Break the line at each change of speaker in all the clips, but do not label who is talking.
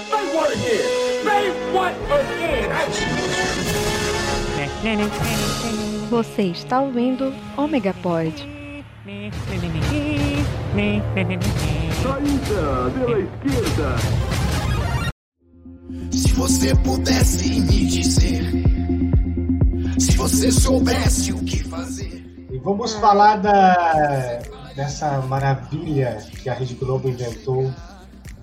again. They want again. I-
Então
Você está ouvindo Omega Pod.
Saída pela esquerda.
Se você pudesse me dizer, se você soubesse o que fazer.
E vamos
Ah.
falar da, dessa maravilha que a Rede Globo inventou.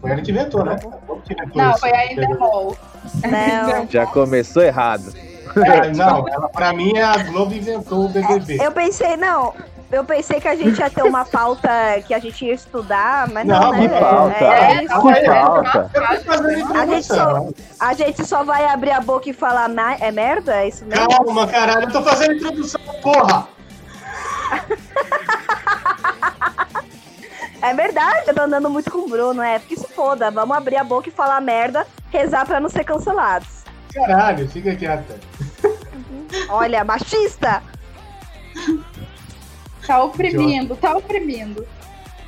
Foi ela que inventou, né? Foi que inventou
Não,
isso.
foi a Endemol.
Não.
Já começou errado.
É, não, ela, pra mim a Globo inventou o BBB.
É, Eu pensei, não. Eu pensei que a gente ia ter uma pauta que a gente ia estudar, mas não,
Não,
né?
que
velho?
pauta.
É,
Que
isso.
pauta.
Falta.
Eu tô fazendo introdução.
a gente só vai abrir a boca e falar, "Na- é merda? É isso mesmo?
Calma, caralho, eu tô fazendo introdução, porra!
É verdade, eu tô andando muito com o Bruno, é. Porque se foda, vamos abrir a boca e falar merda, rezar pra não ser cancelados.
Caralho, fica quieta.
Olha, machista!
Tá oprimindo, tá oprimindo.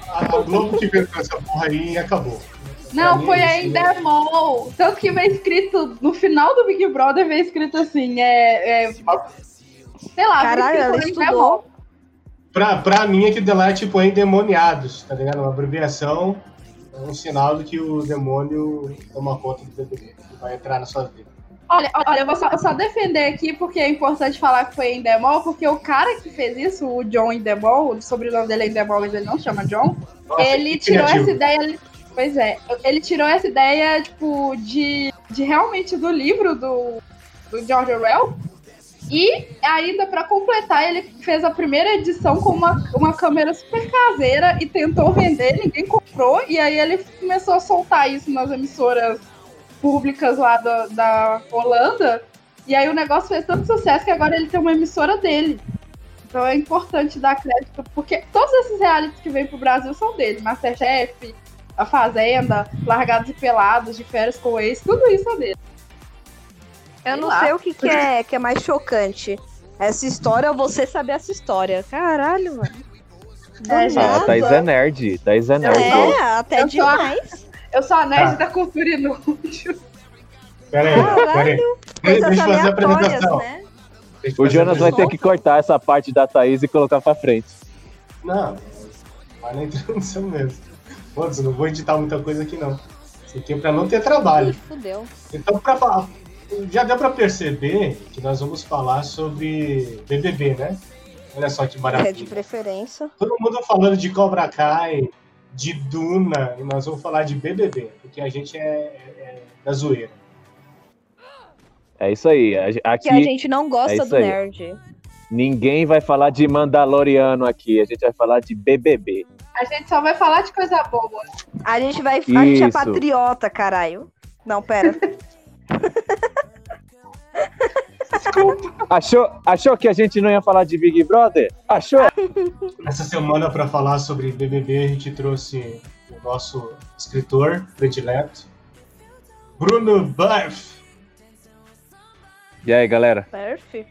A, a Globo que inventou essa porra aí e acabou. Pra
Não,
mim,
foi
isso
a Endemol. Tanto que veio escrito, no final do Big Brother, veio escrito assim, é... é- sei lá,
Caralho,
veio
ela
escrito Endemol.
estudou.
Pra, pra mim, aquilo lá é tipo endemoniados, tá ligado? Uma abreviação, é um sinal de que o demônio toma conta do BBB, que vai entrar na sua vida.
Olha, olha, eu vou só, só defender aqui, porque é importante falar que foi Endemol, porque o cara que fez isso, o John Endemol, o sobrenome dele é Endemol, mas ele não chama John,
Nossa,
ele
que
tirou
criativo.
essa ideia. ele- Pois é, ele tirou essa ideia, tipo, de, de realmente do livro do, do George Orwell. E ainda pra completar, ele fez a primeira edição com uma, uma câmera super caseira e tentou vender, ninguém comprou. E aí ele começou a soltar isso nas emissoras públicas lá da, da Holanda. E aí o negócio fez tanto sucesso que agora ele tem uma emissora dele. Então é importante dar crédito, porque todos esses realities que vêm pro Brasil são dele. Masterchef, A Fazenda, Largados e Pelados, De Férias com o Ex, tudo isso é dele.
Eu não
Sei lá.
sei o que, que é, que é mais chocante. Essa história ou você saber essa história. Caralho, mano. Do
É, gente.
Ah,
nada.
a Thaís é nerd. Thaís é nerd.
É, até
Eu sou-
demais.
Eu sou a nerd
Tá.
da cultura inútil.
Pera aí, pera aí. Deixa eu
Coisas
fazer a
aleatórias,
apresentação.
né?
Deixa eu
O
fazer
Jonas
a
vai ter que cortar essa parte da Thaís e colocar pra frente.
Não, vai na introdução mesmo. Putz, não vou editar muita coisa aqui não. Isso aqui é pra não ter trabalho.
Fudeu.
Então, pra falar, já deu pra perceber que nós vamos falar sobre BBB, né? Olha só que
É de
maravilha.
preferência.
Todo mundo falando de Cobra Kai, de Duna, e nós vamos falar de BBB, porque a gente é, é- é da zoeira.
É isso aí. A-
Que a
Aqui
gente não
é
gosta
isso
do
aí.
nerd.
ninguém vai falar de Mandaloriano aqui. A gente vai falar de BBB.
A gente só vai falar de coisa boa.
A gente vai. A gente é
Isso.
patriota, caralho. Não, pera.
Achou, achou que a gente não ia falar de Big Brother? Achou?
Essa semana, pra falar sobre BBB, a gente trouxe o nosso escritor predileto, Bruno Barf,
E aí, galera?
Perf?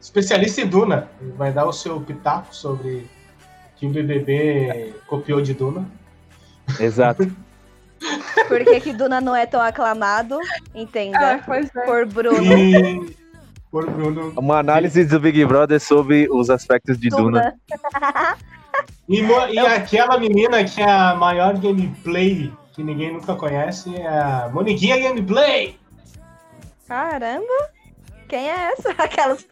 especialista em Duna. Ele vai dar o seu pitaco sobre que o BBB copiou de Duna.
Exato.
Por que, que Duna não é tão aclamado? Entenda.
pois é.
Por Bruno.
E por Bruno.
Uma análise do Big Brother sobre os aspectos de Duna.
Duna.
E, mo- e aquela menina que é a maior gameplay que ninguém nunca conhece é a Moniquinha Gameplay.
Caramba. Quem é essa? Aquelas.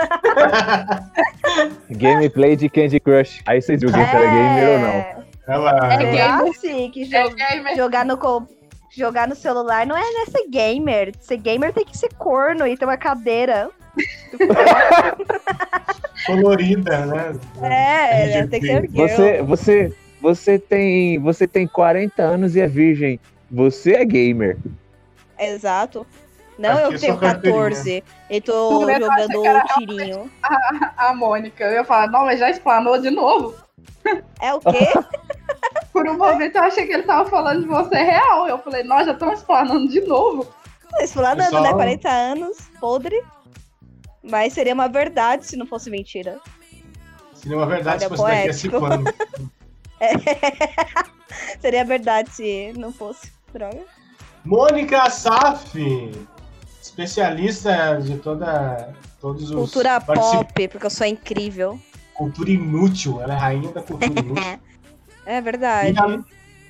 Gameplay de Candy Crush. Aí vocês julgam se era gamer ou não.
Ela
É
É
gamer.
assim, que
É
jogo.
gamer.
jogar no co- jogar no celular não é nessa gamer. Ser gamer tem que ser corno e ter uma cadeira.
colorida, né?
É,
Entendi.
tem que ser girl.
Você, você, você tem, você tem 40 anos e é virgem. Você é gamer.
Exato. Não,
Aqui é
eu
só
tenho
carteirinha.
14 e
Tu
tô
lembra
jogando
daquela-
tirinho.
A Mônica. Eu ia falar, não, mas já explanou de novo.
É o quê?
Por um momento eu achei que ele tava falando de você real. Eu falei, nós já estamos explanando de novo.
Esfulanando, né?
Pessoal.
40 anos, podre. Mas seria uma verdade se não fosse mentira.
Seria uma verdade se
Olha,
fosse daqui é a cinco
poético.
anos.
Seria verdade se não fosse. Droga.
Mônica Saf, especialista de toda, todos os
Cultura
participantes.
pop, porque eu sou incrível.
Cultura inútil, ela é rainha da cultura inútil.
É
e,
verdade.
a,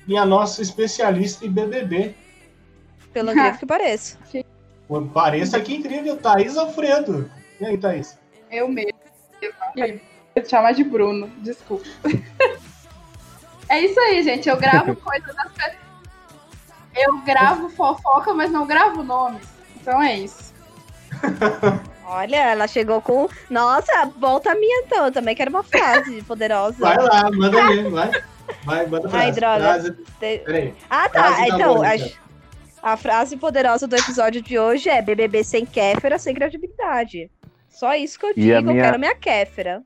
e a nossa especialista em BBB.
Pelo incrível que pareça.
Por- Pareça que incrível, Thaís Alfredo. E aí, Thaís?
Eu mesmo. Eu te chamar de Bruno, desculpa. é isso aí, gente. Eu gravo coisas das pessoas. Eu gravo fofoca, mas não gravo nomes. Então é isso.
Olha, ela chegou com. Nossa, volta a minha então. Eu também quero uma frase poderosa.
Vai lá, manda aí, vai. Vai, manda pra
Ai,
essa.
droga.
Frase-
Te-
Peraí.
Ah, tá.
Frase da
então, a,
Mônica.
a frase poderosa do episódio de hoje é BBB sem Kéfera, sem credibilidade. Só isso que eu digo,
a
eu
minha-
quero minha Kéfera.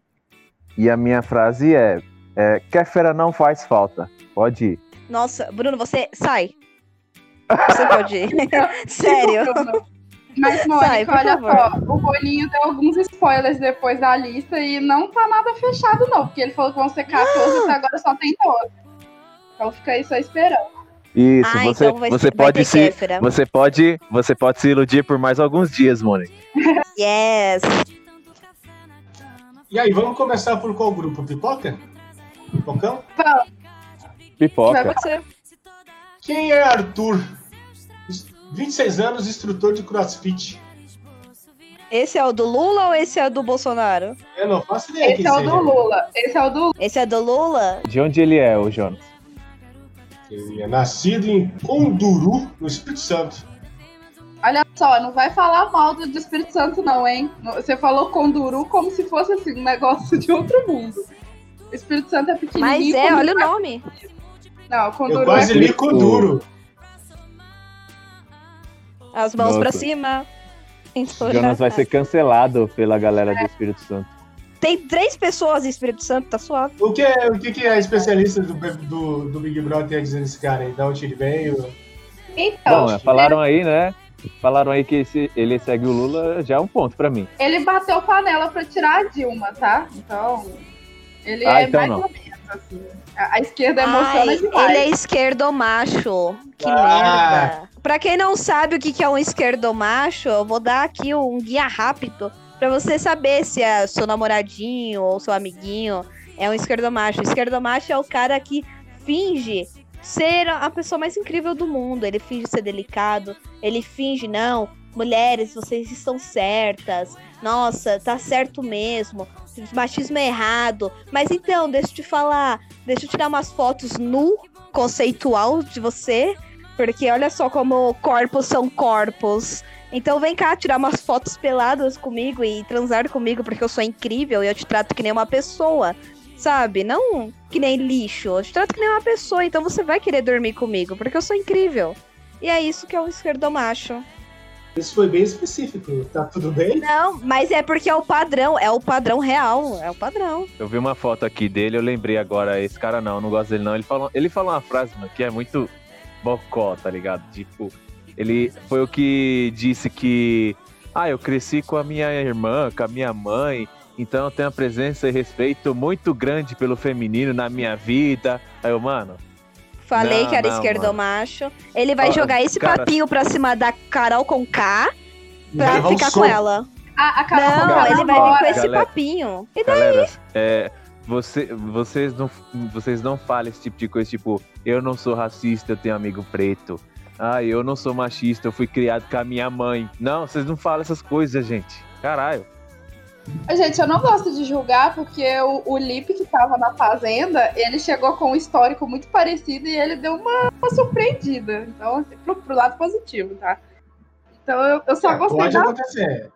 E a minha frase é, é Kéfera não faz falta. Pode ir.
Nossa, Bruno, você sai. Você pode ir. Sério.
Mas,
Sai,
Mônica,
por
olha
favor.
só. O Boninho deu alguns spoilers depois da lista e não tá nada fechado, não. Porque ele falou que vão ser
Ah!
14 até agora só tem 12. Então fica aí só esperando.
Isso,
ah,
você,
então vai,
você
vai
pode
ter
se.
Kéfera.
Você pode, você pode se iludir por mais alguns dias, Mônica.
Yes.
E aí, vamos começar por qual grupo? Pipoca? Pipocão?
Pipoca.
Vai-
Quem é Arthur? 26 anos, instrutor de crossfit.
Esse é o do Lula ou esse é o do Bolsonaro?
Eu não faço ideia
Esse
quem
é o
seja.
do Lula. Esse é o do
Esse é do Lula?
De onde ele é, o Jonas?
Ele é nascido em Conduru, no Espírito Santo.
Olha só, não vai falar mal do do Espírito Santo, não, hein? No- Você falou Conduru como se fosse assim, um negócio de outro mundo. O Espírito Santo é
Mas
pequenininho.
é,
Conduru-
olha o nome.
Não,
Eu
Conduru
quase
é...
li Conduro.
As mãos
Nossa.
pra cima.
O Jonas vai ser cancelado pela galera do Espírito Santo.
Tem três pessoas em Espírito Santo, tá suave.
O que, é- o que, que a especialista do, do, do Big Brother tem a dizer desse cara aí? Dá um tiro bem? eu-
Então,
Bom, é, falaram aí, né? Falaram aí que esse- ele segue o Lula, já é um ponto pra mim.
ele bateu panela pra tirar a Dilma, tá? Então, ele
Ah,
é
então
mais
não.
ou menos assim. A a esquerda emociona
Ai,
demais.
ele é esquerdomacho. Que
Ah.
merda. Pra quem não sabe o que que é um esquerdomacho, eu vou dar aqui um guia rápido pra você saber se é seu namoradinho ou seu amiguinho é um esquerdomacho. Esquerdomacho é o cara que finge ser a pessoa mais incrível do mundo. Ele finge ser delicado, ele finge, não, mulheres, vocês estão certas. Nossa, tá certo mesmo. Machismo é errado. Mas então, deixa eu te falar, deixa eu tirar umas fotos nu, conceitual de você, porque olha só como corpos são corpos. Então vem cá tirar umas fotos peladas comigo e transar comigo, porque eu sou incrível e eu te trato que nem uma pessoa sabe? Não que nem lixo. Eu te trato que nem uma pessoa, então você vai querer dormir comigo, porque eu sou incrível. E é isso que é um esquerdomacho.
Isso foi bem específico. Tá tudo bem?
Não, mas é porque é o padrão, é o padrão real, é o padrão.
Eu vi uma foto aqui dele, eu lembrei agora, esse cara não, eu não gosto dele não. Ele falou, ele falou uma frase, mano, que é muito bocó, tá ligado? Tipo, ele foi o que disse que, ah, eu cresci com a minha irmã, com a minha mãe, então eu tenho uma presença e respeito muito grande pelo feminino na minha vida. Aí eu, mano,
Falei
Não,
que era
não,
esquerdomacho. Ele vai
Ah,
jogar esse
cara.
papinho pra cima da Carol com K pra
Levar um
ficar
soco.
com ela.
Ah, A, a Carol
Não,
Conká
ele vai vir
namora.
com esse
Galera.
papinho.
Galera, é, você, vocês, não, vocês não falam esse tipo de coisa, tipo, eu não sou racista, eu tenho amigo preto. Ah, eu não sou machista, eu fui criado com a minha mãe. Não, vocês não falam essas coisas, gente. Caralho.
Gente, eu não gosto de julgar porque o, o Lipe, que tava na Fazenda, ele chegou com um histórico muito parecido e ele deu uma, uma surpreendida. Então, assim, pro, pro lado positivo, tá? Então, eu, eu só
É,
gostei
pode
da
acontecer.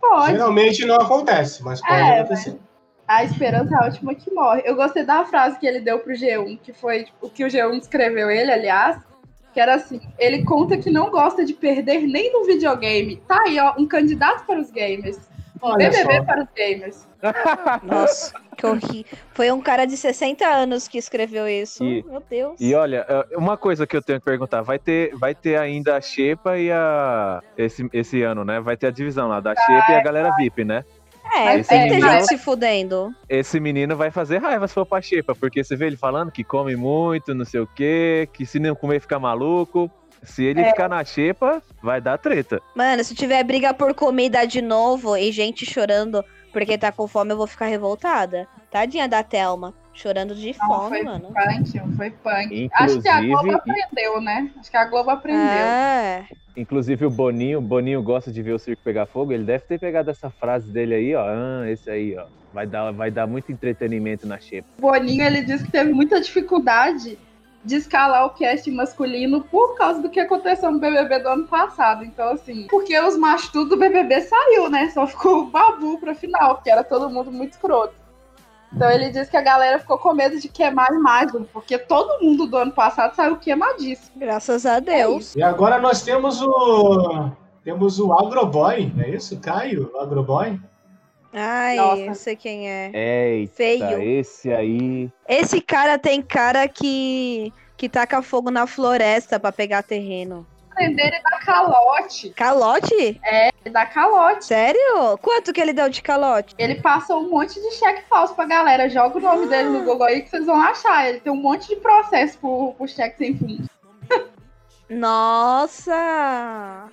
pode.
Geralmente não acontece, mas pode
É,
acontecer.
A esperança é a última que morre. Eu gostei da frase que ele deu pro G1, que foi tipo, o que o G1 escreveu ele, aliás, que era assim: ele conta que não gosta de perder nem no videogame. Tá aí, ó, um candidato para os gamers. Um
Olha
BBB
só.
para os gamers.
Nossa, que horrível. Foi um cara de 60 anos que escreveu isso.
E-
Meu Deus.
E olha, é, uma coisa que eu tenho que perguntar, vai ter, vai ter ainda a Xepa e a. Esse, esse ano, né? Vai ter a divisão lá da Xepa e a galera VIP, né?
É,
Esse
tem que ter
menino-
gente se fudendo.
Esse menino vai fazer raiva se for pra Xepa, porque você vê ele falando que come muito, não sei o quê, que se não comer fica maluco. Se ele ficar na xepa, vai dar treta.
Mano, se tiver briga por comida de novo e gente chorando porque tá com fome, eu vou ficar revoltada. Tadinha da Thelma. Chorando de
Não,
fome,
foi
mano.
punk, não foi punk. Acho que a Globo
Inclusive,
aprendeu, né? Acho que a Globo aprendeu.
É.
Inclusive o Boninho, Boninho gosta de ver o circo pegar fogo, ele deve ter pegado essa frase dele aí, ó, ah, esse aí, ó, vai dar, vai dar muito entretenimento na xepa.
O Boninho, ele disse que teve muita dificuldade de escalar o cast masculino por causa do que aconteceu no BBB do ano passado. Então, assim, porque os machos tudo do BBB saiu, né? Só ficou o babu pra final, que era todo mundo muito escroto. Então ele disse que a galera ficou com medo de queimar mais, porque todo mundo do ano passado saiu queimadíssimo.
Graças
É
a Deus.
E agora nós temos o. Temos o Agroboy, é isso? Caio, o Agroboy?
Ai,
Nossa.
eu sei quem é.
Eita,
Feio.
esse aí,
Esse cara tem cara que que taca fogo na floresta pra pegar terreno.
Prender e dar calote. É,
Calote?
Ele dá calote.
Sério? Quanto que ele deu de calote?
Ele passou um monte de cheque falso pra galera. Joga o nome dele no Google aí que vocês vão achar. Ele tem um monte de processo por, por cheque sem fim.
Nossa!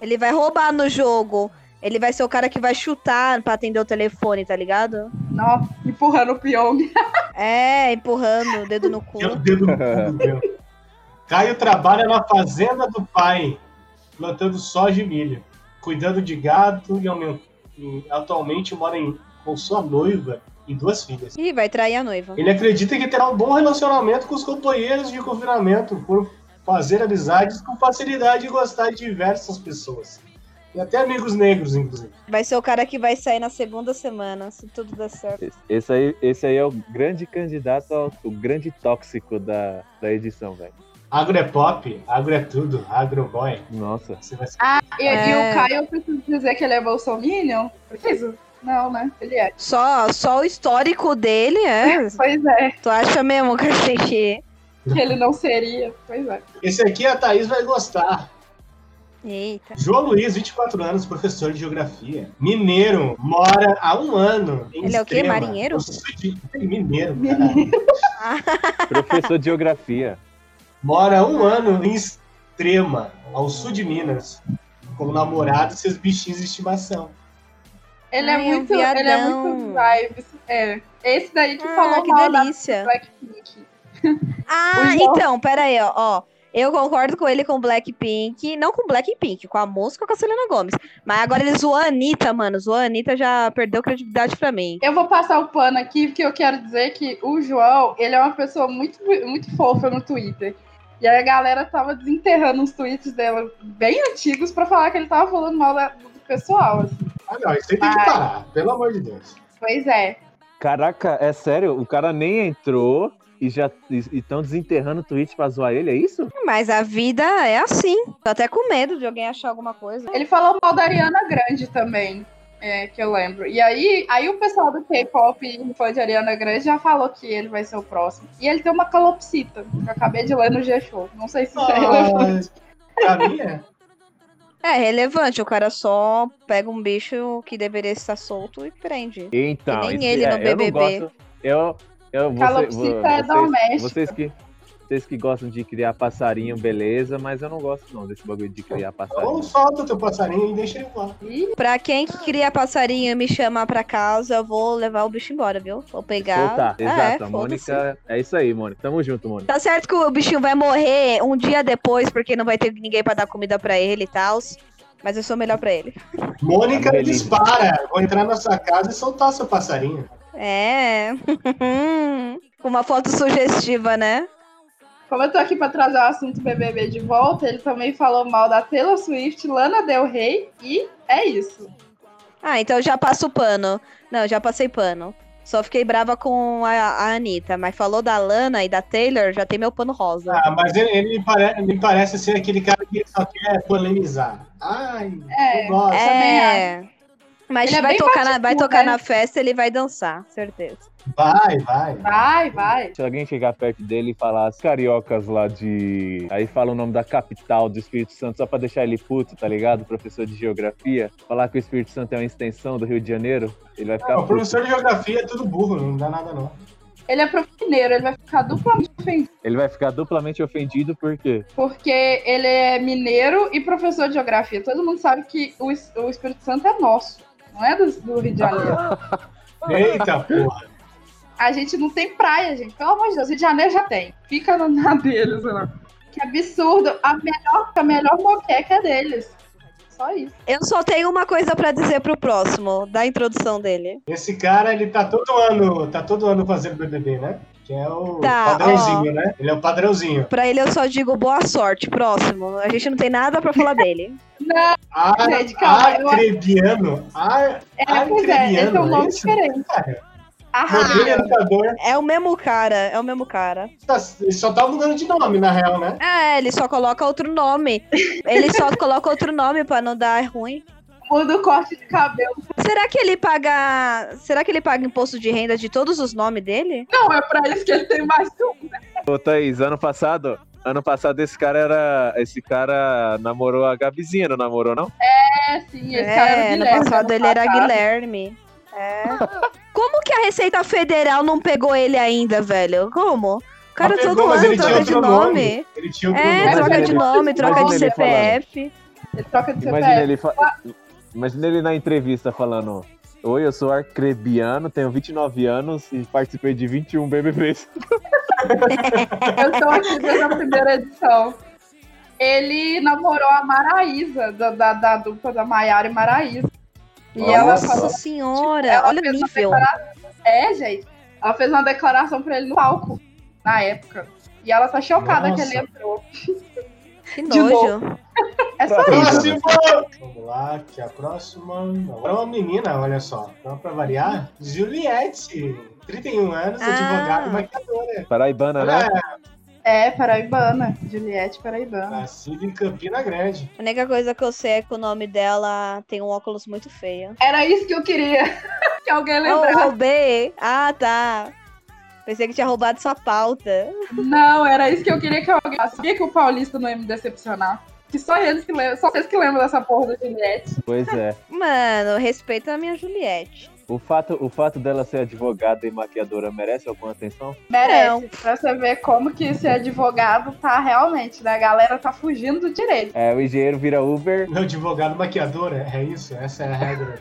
Ele vai roubar no jogo. Ele vai ser o cara que vai chutar pra atender o telefone, tá ligado?
Nossa, empurrando o Pyong.
É, empurrando o dedo no cu.
Meu Deus do céu, meu. Caio trabalha na fazenda do pai, plantando soja e milho, cuidando de gado e, aumen- e atualmente mora em- com sua noiva e duas filhas.
Ih, vai trair a noiva.
Ele acredita que terá um bom relacionamento com os companheiros de confinamento por fazer amizades com facilidade e gostar de diversas pessoas. E até amigos negros, inclusive.
Vai ser o cara que vai sair na segunda semana, se tudo der certo.
esse- esse aí, esse aí é o grande candidato, ao, o grande tóxico da, da edição, velho.
Agro é pop, agro é tudo, agro boy.
Nossa,
Você vai ser
E,
É.
e o Caio, eu preciso dizer que ele é bolsominion? Preciso? Não, né? Ele é.
Só, só o histórico dele, é?
Pois é,
Tu acha mesmo que a gente...
que ele não seria. Pois é.
Esse aqui a Thaís vai gostar.
Eita.
João Luiz, 24 anos, professor de geografia. Mineiro, mora há um ano. Em
Ele é o quê?
Extrema,
Marinheiro?
no sul de- Mineiro, caralho.
professor de geografia.
Mora há um ano em Extrema, ao sul de Minas. Com namorado e seus bichinhos de estimação.
Ele
Ai, é
é
um
muito. ele é
viadão.
muito vibes. É. Esse daí que
Ah,
falou
que
mal da
delícia.
Blackpink.
Ah,
Pois não.
então, pera aí, ó. ó. Eu concordo com ele com Blackpink, não com Blackpink, com a música ou com a Selena Gomes. Mas agora ele zoou a Anitta, mano. Zoou a Anitta já perdeu credibilidade pra mim.
Eu vou passar o pano aqui, porque eu quero dizer que o João, ele é uma pessoa muito, muito fofa no Twitter. E aí a galera tava desenterrando uns tweets dela bem antigos pra falar que ele tava falando mal da- do pessoal. assim.
Ah, não, isso aí tem que
Ai.
parar, pelo amor de Deus.
Pois é.
Caraca, é sério, o cara nem entrou e já estão desenterrando o tweet pra zoar ele, é isso?
Mas a vida é assim. Tô até com medo de alguém achar alguma coisa.
Ele falou mal da Ariana Grande também. É, que eu lembro. E aí, aí o pessoal do K-pop e fã de Ariana Grande já falou que ele vai ser o próximo. E ele tem uma calopsita, que eu acabei de ler no G-Show. Não sei se isso é relevante.
pra mim é.
É relevante, o cara só pega um bicho que deveria estar solto e prende.
Então,
Que nem
esse-
ele no
eu não
BBB.
gosto- Eu, eu, você-
Calopsita é
vocês-
doméstica.
Vocês que, vocês que gostam de criar passarinho, beleza, mas eu não gosto não desse bagulho de criar
Ou
passarinho.
solta o teu passarinho e deixa ele voar.
Ih,
Pra quem que cria passarinho e me chamar pra casa, eu vou levar o bicho embora, viu? Vou pegar.
Soltar,
É,
Então tá, exato. a
foda-se.
Mônica, é isso aí, Mônica. Tamo junto, Mônica.
Tá certo que o bichinho vai morrer um dia depois, porque não vai ter ninguém pra dar comida pra ele e tal. Mas eu sou melhor pra ele.
Mônica
Tá beleza.
dispara. Vou entrar na sua casa e soltar seu passarinho.
É. Com uma foto sugestiva, né?
Como eu tô aqui pra trazer o assunto BBB de volta, ele também falou mal da Taylor Swift, Lana Del Rey e é isso.
Ah, então eu já passo o pano. Não, já passei pano. Só fiquei brava com a, a Anitta, mas falou da Lana e da Taylor, já tem meu pano rosa.
Ah, mas ele, ele me, pare- me parece ser aquele cara que só quer polemizar. Ai,
É.
eu gosto.
é. Mas
Ele é
vai,
bem
tocar na, vai
batido,
tocar
né?
na festa, ele vai dançar, certeza.
Vai, vai.
Vai, vai.
Se alguém chegar perto dele e falar as cariocas lá de. Aí fala o nome da capital do Espírito Santo só pra deixar ele puto, tá ligado? Professor de geografia. Falar que o Espírito Santo é uma extensão do Rio de Janeiro, ele vai ficar
Não,
puto.
professor de geografia é tudo burro, não dá nada não.
Ele é pro mineiro, ele vai ficar duplamente ofendido,
Ele vai ficar duplamente ofendido porque
porque ele é mineiro e professor de geografia. Todo mundo sabe que o, Es- o Espírito Santo é nosso, não é do, do Rio de Janeiro.
Eita porra.
A gente não tem praia, gente. Pelo amor de Deus, Rio de Janeiro já tem. Fica no na deles, sei lá. Que absurdo. A melhor, a melhor moqueca é deles. Só isso.
Eu só tenho uma coisa pra dizer pro próximo, da introdução dele.
Esse cara, ele tá todo ano, tá todo ano fazendo BBB, né? Que é o
Tá,
padrãozinho, né? Ele é o padrãozinho.
Pra ele eu só digo boa sorte, próximo. A gente não tem nada pra falar dele.
A,
Ah,
Gente, calma, eu-
Acrebiano. Ah, A,
É, pois é, esse é um nome diferente.
cara.
Ah,
Modelo educador.
É o mesmo cara, é o mesmo cara.
Tá, ele só tá mudando de nome, na real, né?
É, ele só coloca outro nome. Ele só coloca outro nome pra não dar ruim.
muda o corte de cabelo.
Será que ele paga. Será que ele paga imposto de renda de todos os nomes dele?
Não, é pra isso que ele tem mais de um.
Ô, Thaís, ano passado, ano passado esse cara era. Esse cara namorou a Gabizinha, não namorou, não?
É, sim, esse cara era o
é,
Guilherme.
no passado
ano
ele era
passado.
Guilherme. É. Como que a Receita Federal não pegou ele ainda, velho? Como? O cara
Mas pegou,
todo
mas
ano
ele tinha
troca de
outro
nome.
Ele tinha outro
É,
nome.
mas
troca
ele-
de nome, troca de
imagina ele
CPF.
Ele troca de
Imagina
CPF.
ele, fa- Imagina ele na entrevista falando: Oi, eu sou arcrebiano, tenho 29 anos e um participei de 21 BBBs.
Eu estou aqui desde a primeira edição. Ele namorou a Maraísa, da, da, da dupla da Maiara e Maraísa. E ela
Nossa.
falou.
Nossa senhora, olha o
fez uma
nível.
declaração- É, gente. Ela fez uma declaração pra ele no álcool, na época. E ela tá chocada
Nossa.
que ele entrou.
Que
de
nojo.
É só
Pra-
Próximo!
isso.
Vamos lá, que a próxima. Agora é uma menina, olha só. Então, pra variar, Juliette, 31 anos,
Ah.
advogada e maquiadora.
Paraibana, né?
É,
É, paraibana. Juliette Paraibana.
nascida em Campina Grande.
A única coisa que eu sei é que o nome dela tem um óculos muito feio.
Era isso que eu queria. que alguém
Eu
lembrasse.
roubei. Ah, tá. Pensei que tinha roubado sua pauta.
Não, era isso que eu queria que alguém. Eu sabia que o paulista não ia me decepcionar. Que só eles que lembram, só vocês que lembram dessa porra da Juliette.
Pois é.
Mano, respeita a minha Juliette.
O fato, o fato dela ser advogada e maquiadora merece alguma atenção?
Merece.
Não.
Pra você ver como que esse advogado tá realmente, né? A galera tá fugindo do direito.
É, o engenheiro vira Uber.
Não, advogado e maquiadora, é isso? Essa é a regra.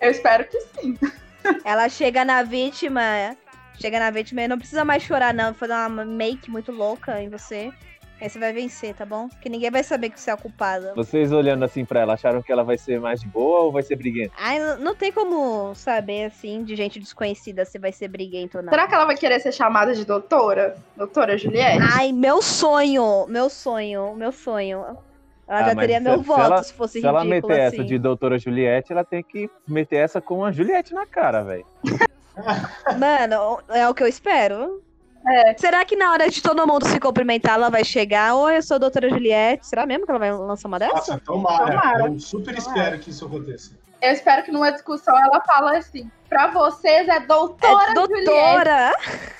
Eu espero que sim.
Ela chega na vítima. Chega na vítima e não precisa mais chorar, não. Vou fazer uma make muito louca em você. Aí você vai vencer, tá bom? Porque ninguém vai saber que você é a culpada.
Vocês olhando assim pra ela, acharam que ela vai ser mais de boa ou vai ser briguenta?
Ai, n- não tem como saber, assim, de gente desconhecida se vai ser briguento ou não.
Será que ela vai querer ser chamada de doutora? Doutora Juliette?
Ai, meu sonho! Meu sonho, meu sonho. Ela
Ah,
já
mas
teria
se-
meu
se
voto
ela-
se fosse
Se ela
ridículo
meter
assim.
essa de doutora Juliette, ela tem que meter essa com a Juliette na cara, velho.
Mano, é o que eu espero.
É.
Será que na hora de todo mundo se cumprimentar, ela vai chegar? Oi, eu sou a doutora Juliette. Será mesmo que ela vai lançar uma dessa?
Nossa, tomara.
Tomara.
Eu super espero que isso aconteça.
Eu espero que numa discussão ela fala assim: pra vocês é doutora,
é
Juliette.
doutora!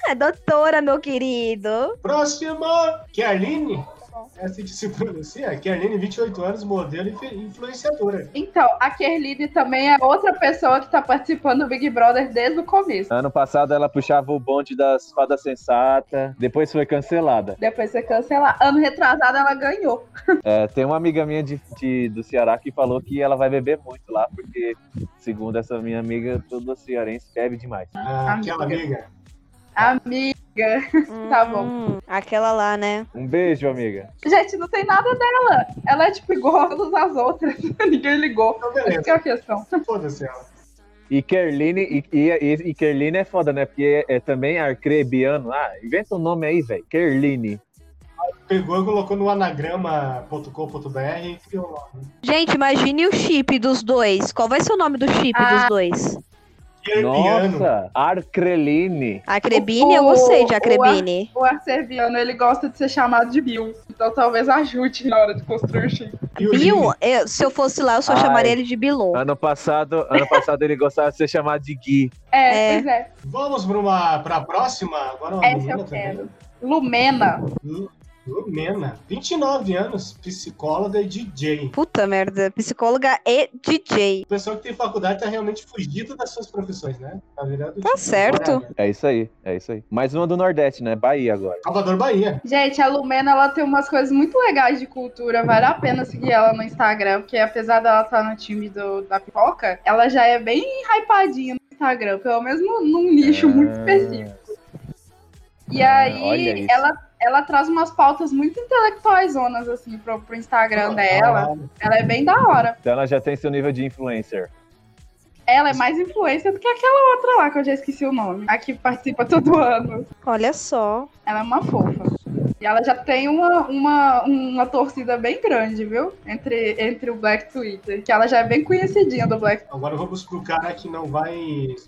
É doutora, meu querido.
Próxima, Kerline.
Tá
É assim que se pronuncia? Kerline, 28 anos, modelo e fe- influenciadora.
Então, a Kerline também é outra pessoa que tá participando do Big Brother desde o começo.
Ano passado ela puxava o bonde das fadas sensata, depois foi cancelada.
Depois você cancelar. Ano retrasado ela ganhou.
É, tem uma amiga minha de, de- do Ceará que falou que ela vai beber muito lá, porque, segundo essa minha amiga, todo cearense bebe demais.
Ah, aquela
Amiga.
amiga.
Amiga. Tá bom.
Hum, aquela lá, né?
Um beijo, amiga.
Gente, não tem nada dela. Ela é tipo igual a todas as outras. Ninguém ligou.
Então,
Essa
beleza.
que é a questão.
Foda-se ela.
E Kerline, e, e, e- e Kerline é foda, né? Porque é, é também arcrebiano. Ah, inventa um nome aí, velho. Kerline.
Pegou e colocou no anagrama.com.br e criou lá.
Gente, imagine o chip dos dois. Qual vai ser o nome do chip
Ah.
dos dois?
Kerliano.
Nossa, Arcreline.
Acrebine? Eu
O-
gostei de
o-
Acrebine.
O Arcerviano, ele gosta de ser chamado de Bill. Então talvez ajude na hora de construir o chip.
E o
Bill,
Lini.
eu- se eu fosse lá, eu só
Ai.
chamaria ele de Bilon.
Ano passado, ano passado ele gostava de ser chamado de Gui.
É,
É.
pois é.
Vamos para uma pra próxima? Agora uma
Essa
menina
eu
também.
quero. Lumena.
Lu- Lumena, 29 anos, psicóloga e DJ.
Puta merda, psicóloga e DJ.
O pessoal que tem faculdade tá realmente fugido das suas profissões, né? Tá virado.
Tá certo.
É isso aí, é isso aí. Mais uma do Nordeste, né? Bahia agora.
Salvador Bahia.
Gente, a Lumena, ela tem umas coisas muito legais de cultura. Vale a pena seguir ela no Instagram, porque apesar dela estar no time do, da pipoca, ela já é bem hypadinha no Instagram, pelo menos num, num
É.
nicho muito específico. E
Ah, olha
aí,
isso.
ela, ela traz umas pautas muito intelectuais, zonas, assim, pro, pro Instagram dela. Ela é bem da hora.
Então ela já tem seu nível de influencer.
Ela é mais influencer do que aquela outra lá, que eu já esqueci o nome. A que participa todo ano.
Olha só.
Ela é uma fofa. E ela já tem uma, uma, uma torcida bem grande, viu? Entre, entre o Black Twitter. Que ela já é bem conhecidinha do Black
Agora vamos pro cara que não vai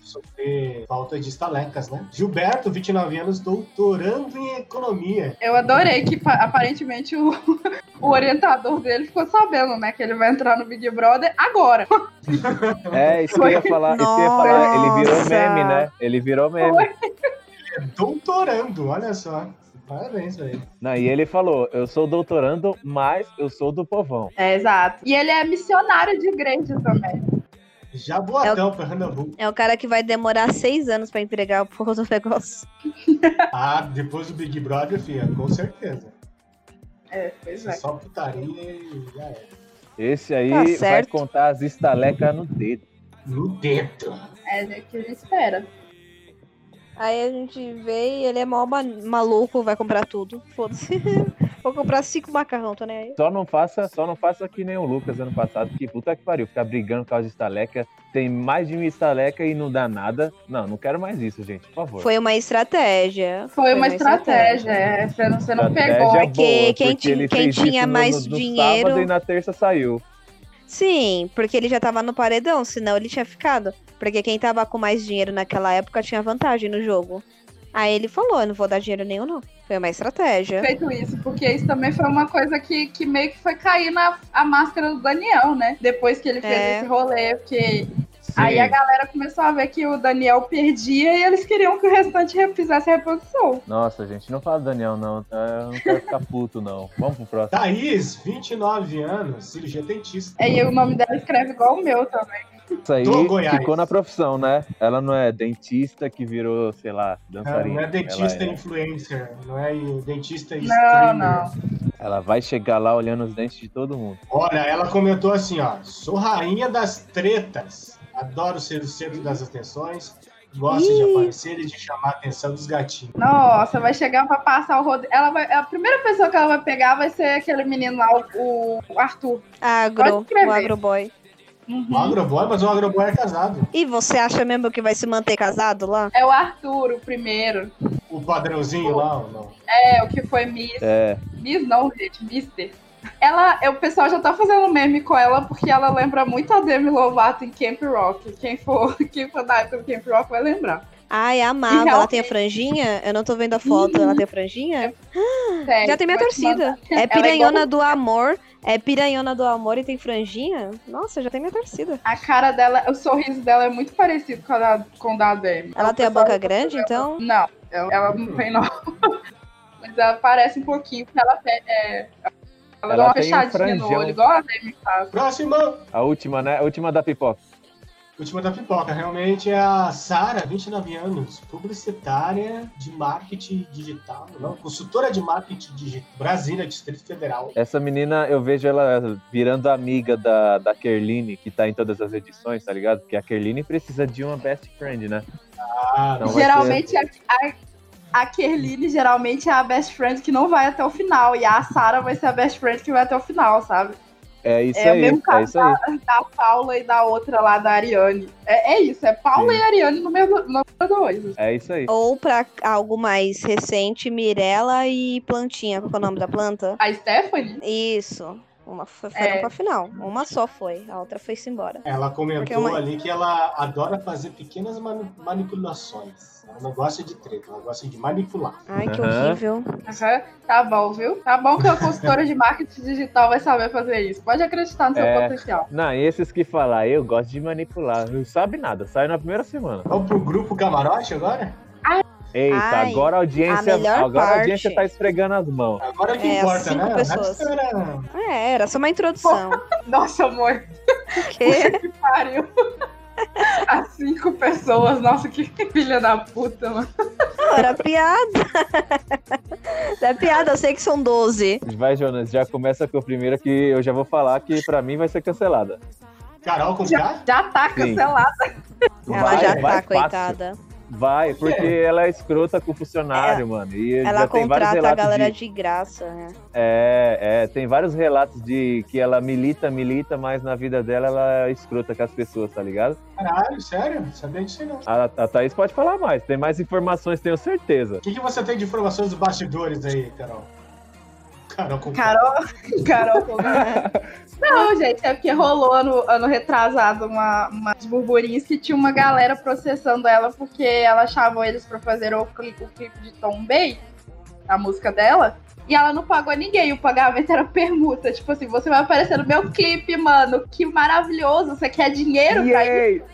sofrer falta de estalecas, né? Gilberto, 29 anos, doutorando em economia.
Eu adorei que pa- aparentemente o, o orientador dele ficou sabendo, né? Que ele vai entrar no Big Brother agora.
É, isso que eu ia falar. Isso que eu ia falar. Ele virou meme, né? Ele virou meme.
É doutorando, olha só. Parabéns, velho.
Não, e ele falou: eu sou doutorando, mas eu sou do povão.
É, exato. E ele é missionário de igreja também.
Jaboatão, Pernambuco.
É o cara que vai demorar seis anos pra entregar o porra do negócio.
Ah, depois do Big Brother, filha, com certeza.
É, pois é.
Só putaria e já é.
Esse aí
Tá
vai
certo.
contar as estalecas no dedo.
No dedo.
É o que ele espera.
Aí a gente vê e ele é mó ma- maluco, vai comprar tudo. Foda-se. Vou comprar cinco macarrão, tô nem aí.
Só não faça, só não faça que nem o Lucas ano passado, que puta que pariu, ficar brigando por causa de estaleca. Tem mais de mil estaleca e não dá nada. Não, não quero mais isso, gente, por favor.
Foi uma estratégia.
Foi uma estratégia, é. Você não, você não
Estratégia
pegou.
boa,
Porque quem
porque ele
ti- quem
fez
tinha
isso no-
mais
no- no
dinheiro-
Sábado e na terça saiu.
Sim, porque ele já tava no paredão, senão ele tinha ficado. Porque quem tava com mais dinheiro naquela época tinha vantagem no jogo. Aí ele falou, eu não vou dar dinheiro nenhum, não. Foi uma estratégia.
feito isso, porque isso também foi uma coisa que, que meio que foi cair na a máscara do Daniel, né? Depois que ele fez
É.
esse rolê, porque
Sim.
aí a galera começou a ver que o Daniel perdia e eles queriam que o restante re- fizesse a reprodução.
Nossa, gente, não fala do Daniel, não. tá? Eu não quero ficar puto, não. Vamos pro próximo.
Thaís, 29 anos, cirurgia dentista.
Aí o nome dela escreve igual o meu também.
Isso aí
Do Goiás.
ficou na profissão, né? Ela não é dentista que virou, sei lá,
Não,
dançarina.
não é dentista
Ela, é-
influencer, não é dentista
Não,
streamer.
não.
ela vai chegar lá olhando os dentes de todo mundo.
Olha, ela comentou assim, ó. Sou rainha das tretas. Adoro ser o centro das atenções. Gosto de aparecer e de chamar a atenção dos gatinhos.
Nossa, vai chegar pra passar o rodo. Ela vai... A primeira pessoa que ela vai pegar vai ser aquele menino lá, o, o Arthur. Pode
Agro,
escrever.
o agroboy.
Um agroboy, mas um agroboy é casado.
E você acha mesmo que vai se manter casado lá?
É o Arthur, o primeiro.
O padrãozinho lá, ou não.
É, o que foi Miss.
É,
Miss não, gente, Mister. Ela, é, o pessoal já tá fazendo meme com ela porque ela lembra muito a Demi Lovato em Camp Rock. Quem for, quem for da época do Camp Rock vai lembrar.
Ai, amava. Ela
realmente-
tem a franjinha? Eu não tô vendo a foto. Ela tem a franjinha?
Sério,
Hum, Já tem minha
vou te mandar.
torcida.
igual-
É
um
piranhona do amor. É piranhona do amor e tem franjinha? Nossa, já tem minha torcida.
A cara dela, o sorriso dela é muito parecido com, a da, com o da Demi.
Ela
O
tem a
pessoal
boca
já tá
grande,
fazendo-
então?
Não, ela, ela não tem não. Mas ela parece um pouquinho, porque ela, fe- é, ela,
Ela
dá uma
tem um
fechadinha no
franjão.
olho, igual a Demi faz.
Próxima!
a última, né? A última da pipoca.
Última da pipoca, realmente é a Sara, 29 anos, publicitária de marketing digital, não, consultora de marketing digital, Brasília, Distrito Federal.
Essa menina, eu vejo ela virando amiga da, da Kerline, que tá em todas as edições, tá ligado? Porque a Kerline precisa de uma best friend, né?
Ah,
Então vai
Geralmente a, a, a Kerline geralmente é a best friend que não vai até o final. E a Sarah vai ser a best friend que vai até o final, sabe?
É isso
É o
aí,
mesmo
é
caso
isso aí.
Da Paula e da outra lá, da Ariane. É, é isso, é Paula
Sim.
e Ariane no mesmo número dois.
É isso aí.
Ou pra algo mais recente, Mirella e Plantinha. Qual que é o nome da planta?
A Stephanie?
Isso. Uma foi
É.
foram pra final. Uma só foi. A outra foi-se embora.
Ela
Porque é
comentou
uma-
ali que ela adora fazer pequenas mani- manipulações. Ela não gosta de treta, ela gosta de manipular.
Ai, que
Aham.
horrível.
Aham, Tá bom, viu? Tá bom que a consultora de marketing digital vai saber fazer isso. Pode acreditar no seu
É.
potencial.
Não, e esses que falar, eu gosto de manipular. Não sabe nada, sai na primeira semana.
Vamos pro grupo camarote agora?
Eita,
Ai,
agora a audiência,
a melhor
agora a audiência
parte.
tá esfregando as mãos.
Agora que
É,
importa,
cinco
né?
pessoas.
Agora-
É, era só uma introdução.
Nossa, amor,
Porque
que pariu. As cinco pessoas, nossa, que filha da puta, mano.
não, era piada. Era é piada, eu sei que são 12.
Vai, Jonas, já começa com o primeiro que eu já vou falar que pra mim vai ser cancelada.
Carol com K?
Já tá
Sim.
cancelado.
Ela
Vai,
já
vai
tá,
fácil.
coitada.
Vai, porque ela é escrota com o funcionário, mano. E
É, Ela
já tem vários
contrata a
relatos
galera
de-
de, graça, né?
É, é, tem vários relatos de que ela milita, milita, mas na vida dela ela é escrota com as pessoas, tá ligado?
Caralho, sério? Não Sabia disso não. O
A, a Thaís pode falar mais, tem mais informações, tenho certeza.
que, que você tem de informações dos bastidores aí, Carol? Carol com K.
Carol, Carol. com- Não, gente, é porque rolou ano, ano retrasado uma, umas burburinhas que tinha uma galera processando ela porque ela chamou eles pra fazer o, cli- o clipe de Tom Bay, a música dela, e ela não pagou a ninguém, o pagamento era permuta. Tipo assim, você vai aparecer no meu clipe, mano, que maravilhoso, você quer dinheiro pra isso?
Yay!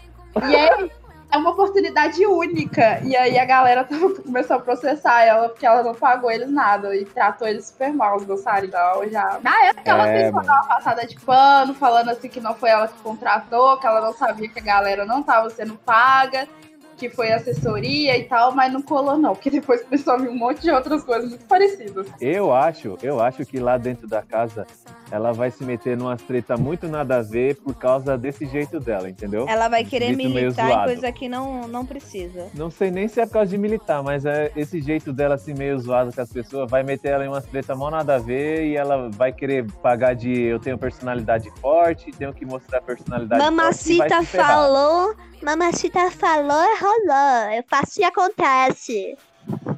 E aí, é uma oportunidade única. E aí a galera tava- começou a processar ela porque ela não pagou eles nada e tratou eles super mal, os dançarinos. Então, já... Na época, ela
É,
fez uma
mano.
uma passada de pano, falando assim que não foi ela que contratou, que ela não sabia que a galera não tava sendo paga. Que foi assessoria e tal, mas não colou, não. Porque depois começou a vir um monte de outras coisas muito parecidas.
Eu acho, eu acho que lá dentro da casa ela vai se meter numa treta muito nada a ver por causa desse jeito dela, entendeu?
Ela vai querer
Jeito meio
militar em
zoado.
coisa que não, não precisa.
Não sei nem se é por causa de militar, mas é esse jeito dela assim meio zoado com as pessoas vai meter ela em umas treta mal nada a ver e ela vai querer pagar de eu tenho personalidade forte, tenho que mostrar personalidade forte. e vai
Mamacita
se ferrar.
falou, mamacita falou e rolou. Eu faço e acontece.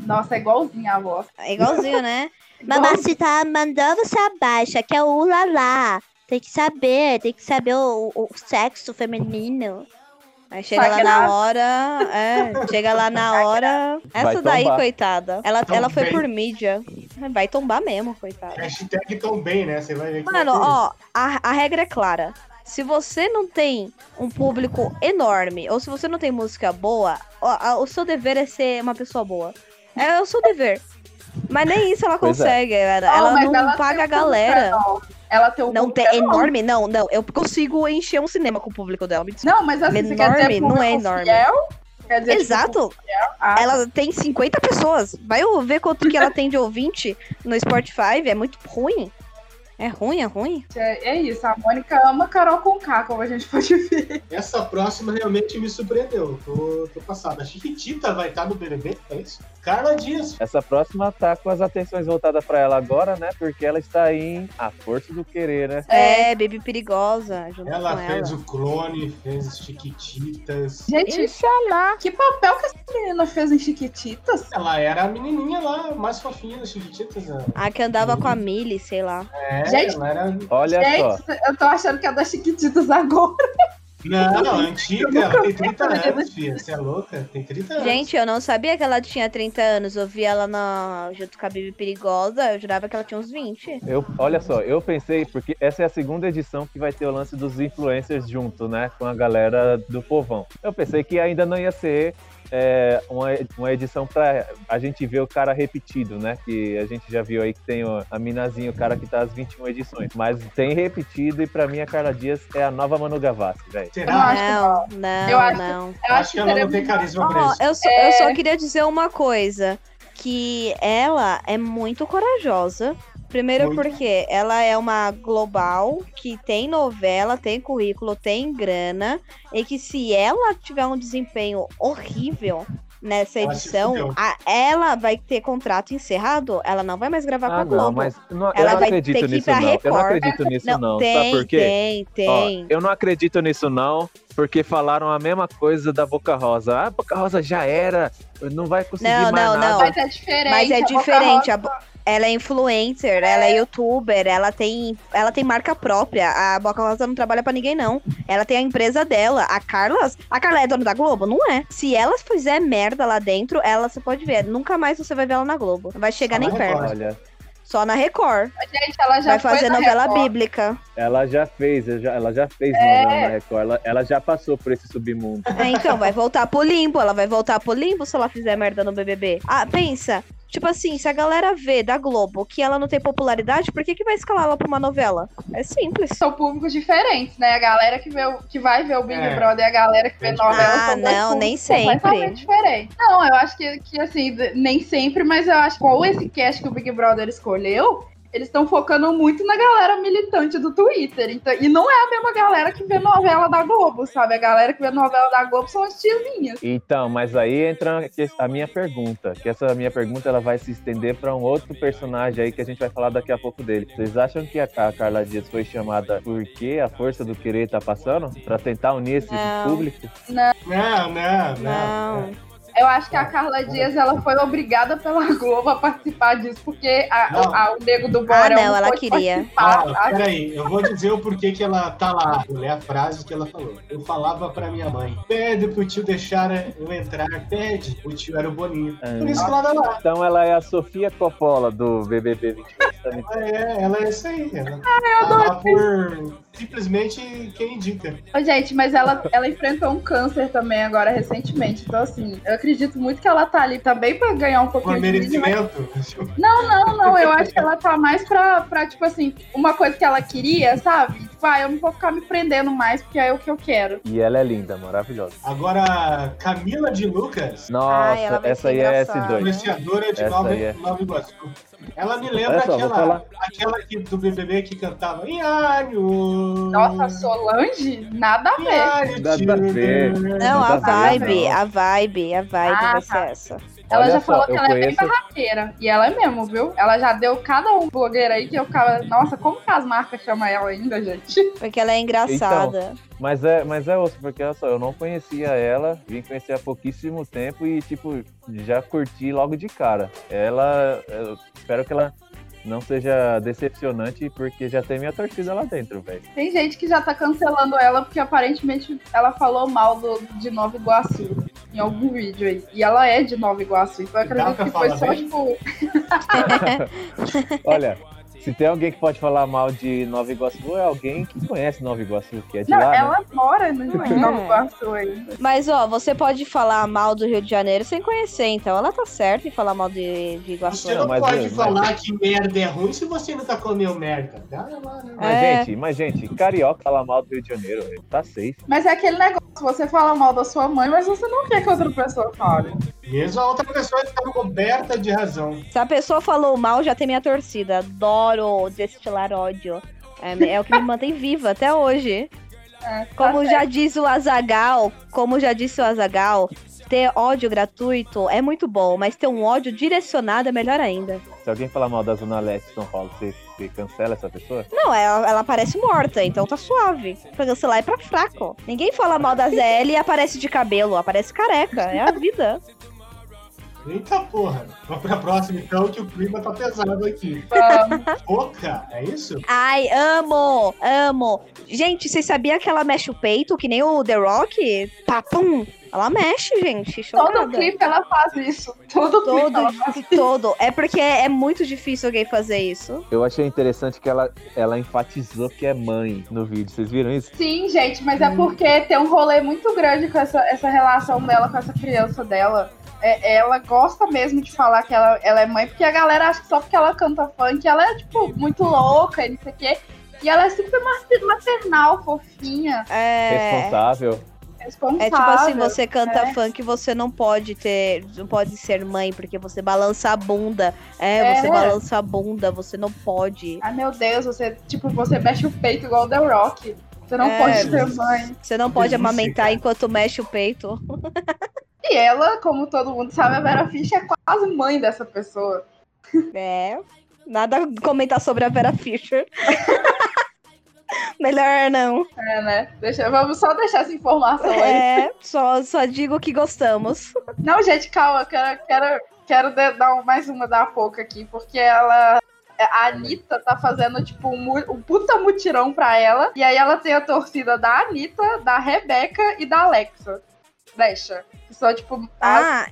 Nossa, é igualzinha a voz.
É igualzinho, né?
Mamacita mandou você abaixo, que é o ulalá. Tem que saber, tem que saber o, o- o sexo feminino.
Aí chega lá
Sacanagem.
na hora. É, chega lá na hora. Essa
Vai
daí,
tombar.
coitada. Ela,
Tomba
ela foi
bem.
por mídia. Vai tombar mesmo, coitada.
Hashtag tão bem, né? Você vai ver que
Mano,
vai ter.
ó, a, a regra é clara. Se você não tem um público enorme, ou se você não tem música boa, ó, a- o seu dever é ser uma pessoa boa. É o seu dever. Mas nem isso ela
Pois é.
consegue, galera.
Não,
ela
mas
não
ela tem
paga a
um público
galera.
enorme. Ela tem um
Não
público
tem é enorme, não, não. Eu consigo encher um cinema com o público dela. me desculpa.
Não, mas assim, você quer
Enorme,
dizer
não é
público
enorme.
fiel? Quer dizer, tipo,
Exato.
Ah,
Ela tem 50 pessoas. Vai ver quanto que ela tem de ouvinte no Spotify. É muito ruim. É ruim, é ruim.
É, é isso, a Mônica ama Carol com K, como a gente pode ver.
Essa próxima realmente me surpreendeu. Tô, tô passado. A Chiquitita vai estar no BBB, é isso? Carla Dias.
Essa próxima tá com as atenções voltadas pra ela agora, né? Porque ela está em A Força do Querer, né?
É, Baby Perigosa, junto
Ela
com ela.
fez o clone, fez as Chiquititas.
Gente, que papel que essa menina fez em Chiquititas?
Ela era a menininha lá, mais fofinha das Chiquititas. né?
A que andava com a Millie, sei lá.
É,
Gente.
ela era.
Olha só.
Gente, eu tô achando que é da Chiquititas agora.
Não, não, antiga, ela tem 30
vi essa
anos, filha. Você é louca? Tem 30 anos.
Gente, eu não sabia que ela tinha 30 anos. Eu vi ela na... junto com a Baby Perigosa. Eu jurava que ela tinha uns 20.
Eu, olha só, eu pensei, porque essa é a segunda edição que vai ter o lance dos influencers junto, né? Com a galera do povão. Eu pensei que ainda não ia ser é, uma, uma edição pra a gente ver o cara repetido, né? Que a gente já viu aí que tem o- a minazinha, o cara que tá às 21 edições. Mas tem repetido e pra mim a Carla Dias é a nova Manu Gavassi, velho.
Eu
Será?
acho que
Não, não,
Eu acho-
não.
Eu
acho, que é ela
seria
não tem
muito-
carisma pra
Ó,
isso.
eu, só,
É.
eu só queria dizer uma coisa. Que ela é muito corajosa. Primeiro
Muito.
porque ela é uma global que tem novela, tem currículo, tem grana. E que se ela tiver um desempenho horrível nessa
Ela se
edição,
fudeu.
a- ela vai ter contrato encerrado. Ela não vai mais gravar com a
Ah,
Globo.
não, mas não- eu
Ela
não
vai ter
acredito
que ir
nisso,
pra
não. Eu não
Record.
acredito nisso,
Não,
não.
tem,
Sabe por quê?
tem,
Ó,
tem.
eu não acredito nisso não, porque falaram a mesma coisa da Boca Rosa. Ah, a Boca Rosa já era, não vai conseguir mais
Não, não,
nada.
não.
Mas é diferente.
Mas é
a Boca
diferente.
Rosa-
a Bo- Ela é influencer, ela é youtuber, ela tem, ela tem marca própria. A Boca Rosa não trabalha pra ninguém, não. Ela tem a empresa dela. A Carla, a Carla é dona da Globo? Não é. Se ela fizer merda lá dentro, ela, você pode ver, nunca mais você vai ver ela na Globo. Não vai chegar
Só
nem
na
perto.
Record.
Olha,
Só na Record.
Gente, ela já
Vai
foi
fazer
na
novela
Record.
bíblica.
Ela já fez, eu já- ela já fez novela na Record, ela, ela já passou por esse submundo.
É, então, vai voltar pro limbo. Ela vai voltar pro limbo se ela fizer merda no BBB. Ah, pensa. Tipo assim, se a galera vê da Globo que ela não tem popularidade, por que, que vai escalar ela pra uma novela? É simples.
São públicos diferentes, né? A galera que, vê, o- que vai ver o Big
É.
Brother e a galera que vê
Ah,
novela são dois
não,
públicos
nem sempre.
completamente diferentes. Não, eu acho que, que assim, d- nem sempre, mas eu acho que qual esse cast que o Big Brother escolheu, eles estão focando muito na galera militante do Twitter. Então, e não é a mesma galera que vê novela da Globo, sabe? A galera que vê novela da Globo são as tiazinhas.
Então, mas aí entra que- a minha pergunta, que essa minha pergunta ela vai se estender para um outro personagem aí que a gente vai falar daqui a pouco dele. Vocês acham que a Ca- Carla Dias foi chamada porque a força do querer tá passando Pra tentar unir esse
Não.
público?
Não, não, é. não.
Não.
Eu acho que a Carla Dias ela foi obrigada pela Globo a participar disso, porque a-
Não.
a- o nego do
Ah,
Borel
não, ela
pôde
queria.
participar.
Ah, peraí, eu vou dizer o porquê que ela tá lá. Vou ler a frase que ela falou. Eu falava pra minha mãe: pede pro tio deixar eu entrar, pede. O tio era o Boninho. Por isso que ela tá lá.
Então ela é a Sofia Coppola do BBB 28. também.
Ela é, ela é isso aí. Ela tá lá por simplesmente quem indica.
Ô, Gente, mas ela, ela enfrentou um câncer também agora recentemente. Então, assim, eu acredito muito que ela tá ali também pra ganhar um
Por
pouquinho de vídeo, mas-
merecimento.
Não, não, não. Eu acho que ela tá mais pra, pra, tipo assim, uma coisa que ela queria, sabe? Tipo, ah, eu não vou ficar me prendendo mais, porque é o que eu quero.
E ela é linda, maravilhosa.
Ah,
Agora, Camila de Lucas,
Nossa,
ela vai
essa
ser
aí é
engraçada.
S2.
influenciadora de
Essa
Nova,
aí é.
Nova Iguaçu. Ela me
Olha
lembra
só, vou
aquela,
falar.
aquela que, do BBB que cantava Iário.
Hum.
Nossa, Solange? Nada a ver.
Iário,
Nada a
tio.
ver.
Não, a
Nada a ver,
vibe,
não.
a vibe, a vibe
Ah,
vai
tá.
ser essa.
Ela
Olha
já
só,
falou que
eu
ela é bem
conheço-
barraqueira. E ela é mesmo, viu? Ela já deu cada um blogueiro aí que eu ficava. Nossa, como que as marcas chamam ela ainda, gente?
Porque ela é engraçada.
Mas é, mas é osso, porque olha só, eu não conhecia ela, vim conhecer há pouquíssimo tempo e, tipo, já curti logo de cara. Ela, eu espero que ela não seja decepcionante, porque já tem minha torcida lá dentro, velho.
Tem gente que já tá cancelando ela porque aparentemente ela falou mal do, de Nova Iguaçu em algum vídeo aí. E ela é de Nova Iguaçu, então eu
Dá
acredito
pra
que foi
falar
só
bem?
tipo.
Olha, se tem alguém que pode falar mal de Nova Iguaçu, é alguém que conhece Nova Iguaçu, que é de
Não, um
lá, né?
ela mora no,
Não
em
é.
Nova Iguaçu ainda.
Mas, ó, você pode falar mal do Rio de Janeiro sem conhecer, então ela tá certa em falar mal de, de Iguaçu.
Você não
mas
pode
eu- mas-
falar que merda é ruim se você nunca comeu merda. Dá lá, né?
Mas,
É.
gente, mas, gente, carioca fala mal do Rio de Janeiro, velho. Tá safe.
Mas é aquele negócio, você fala mal da sua mãe, mas você não quer que outra pessoa fale.
Mesmo a outra pessoa está coberta de razão.
Se a pessoa falou mal, já tem minha torcida. Adoro destilar ódio. É, é o que me mantém viva até hoje.
É, tá
Como
certo.
já diz o Azagal, como já disse o Azagal, ter ódio gratuito é muito bom, mas ter um ódio direcionado é melhor ainda.
Se alguém falar mal da Zona Leste de São Paulo, você, você cancela essa pessoa?
Não, ela, ela aparece morta, então tá suave. Pra cancelar é pra fraco. Ninguém fala mal da ZL e aparece de cabelo, aparece careca. É a vida.
Eita porra. Vamos pra próxima então, que o clima tá pesado aqui.
Vamos.
Boca, é isso?
Ai, amo, amo. Gente, vocês sabiam que ela mexe o peito, que nem o The Rock? Papum! Ela mexe, gente.
Todo
Chocada.
clipe ela faz isso. Todo, clipe ela faz.
Todo, todo. É porque é muito difícil alguém fazer isso.
Eu achei interessante que ela, ela enfatizou que é mãe no vídeo. Vocês viram isso?
Sim, gente, mas é
Hum.
porque tem um rolê muito grande com essa, essa relação dela com essa criança dela. É, ela gosta mesmo de falar que ela, ela é mãe, porque a galera acha que só porque ela canta funk, ela é, tipo, muito louca e não sei o quê. E ela é super mater- maternal, fofinha,
É.
Responsável.
responsável.
É tipo assim, você canta
é.
funk, você não pode ter, não pode ser mãe, porque você balança a bunda. É,
É.
você balança a bunda, você não pode.
Ai, meu Deus, você, tipo, você mexe o peito igual o The Rock. Você não
É.
pode ser mãe.
Você não pode
delícia,
amamentar
cara.
enquanto mexe o peito.
E ela, como todo mundo sabe, a Vera Fischer é quase mãe dessa pessoa.
É. Nada a comentar sobre a Vera Fischer. Melhor não.
É, né? Deixa, vamos só deixar essa informação aí.
É, só, só digo que gostamos.
Não, gente, calma, quero, quero, quero de- dar um- mais uma da pouco aqui, porque ela. A Anitta tá fazendo, tipo, um, mu- um puta mutirão pra ela. E aí ela tem a torcida da Anitta, da Rebeca e da Alexa. Deixa. Que são, tipo, a,
Ah,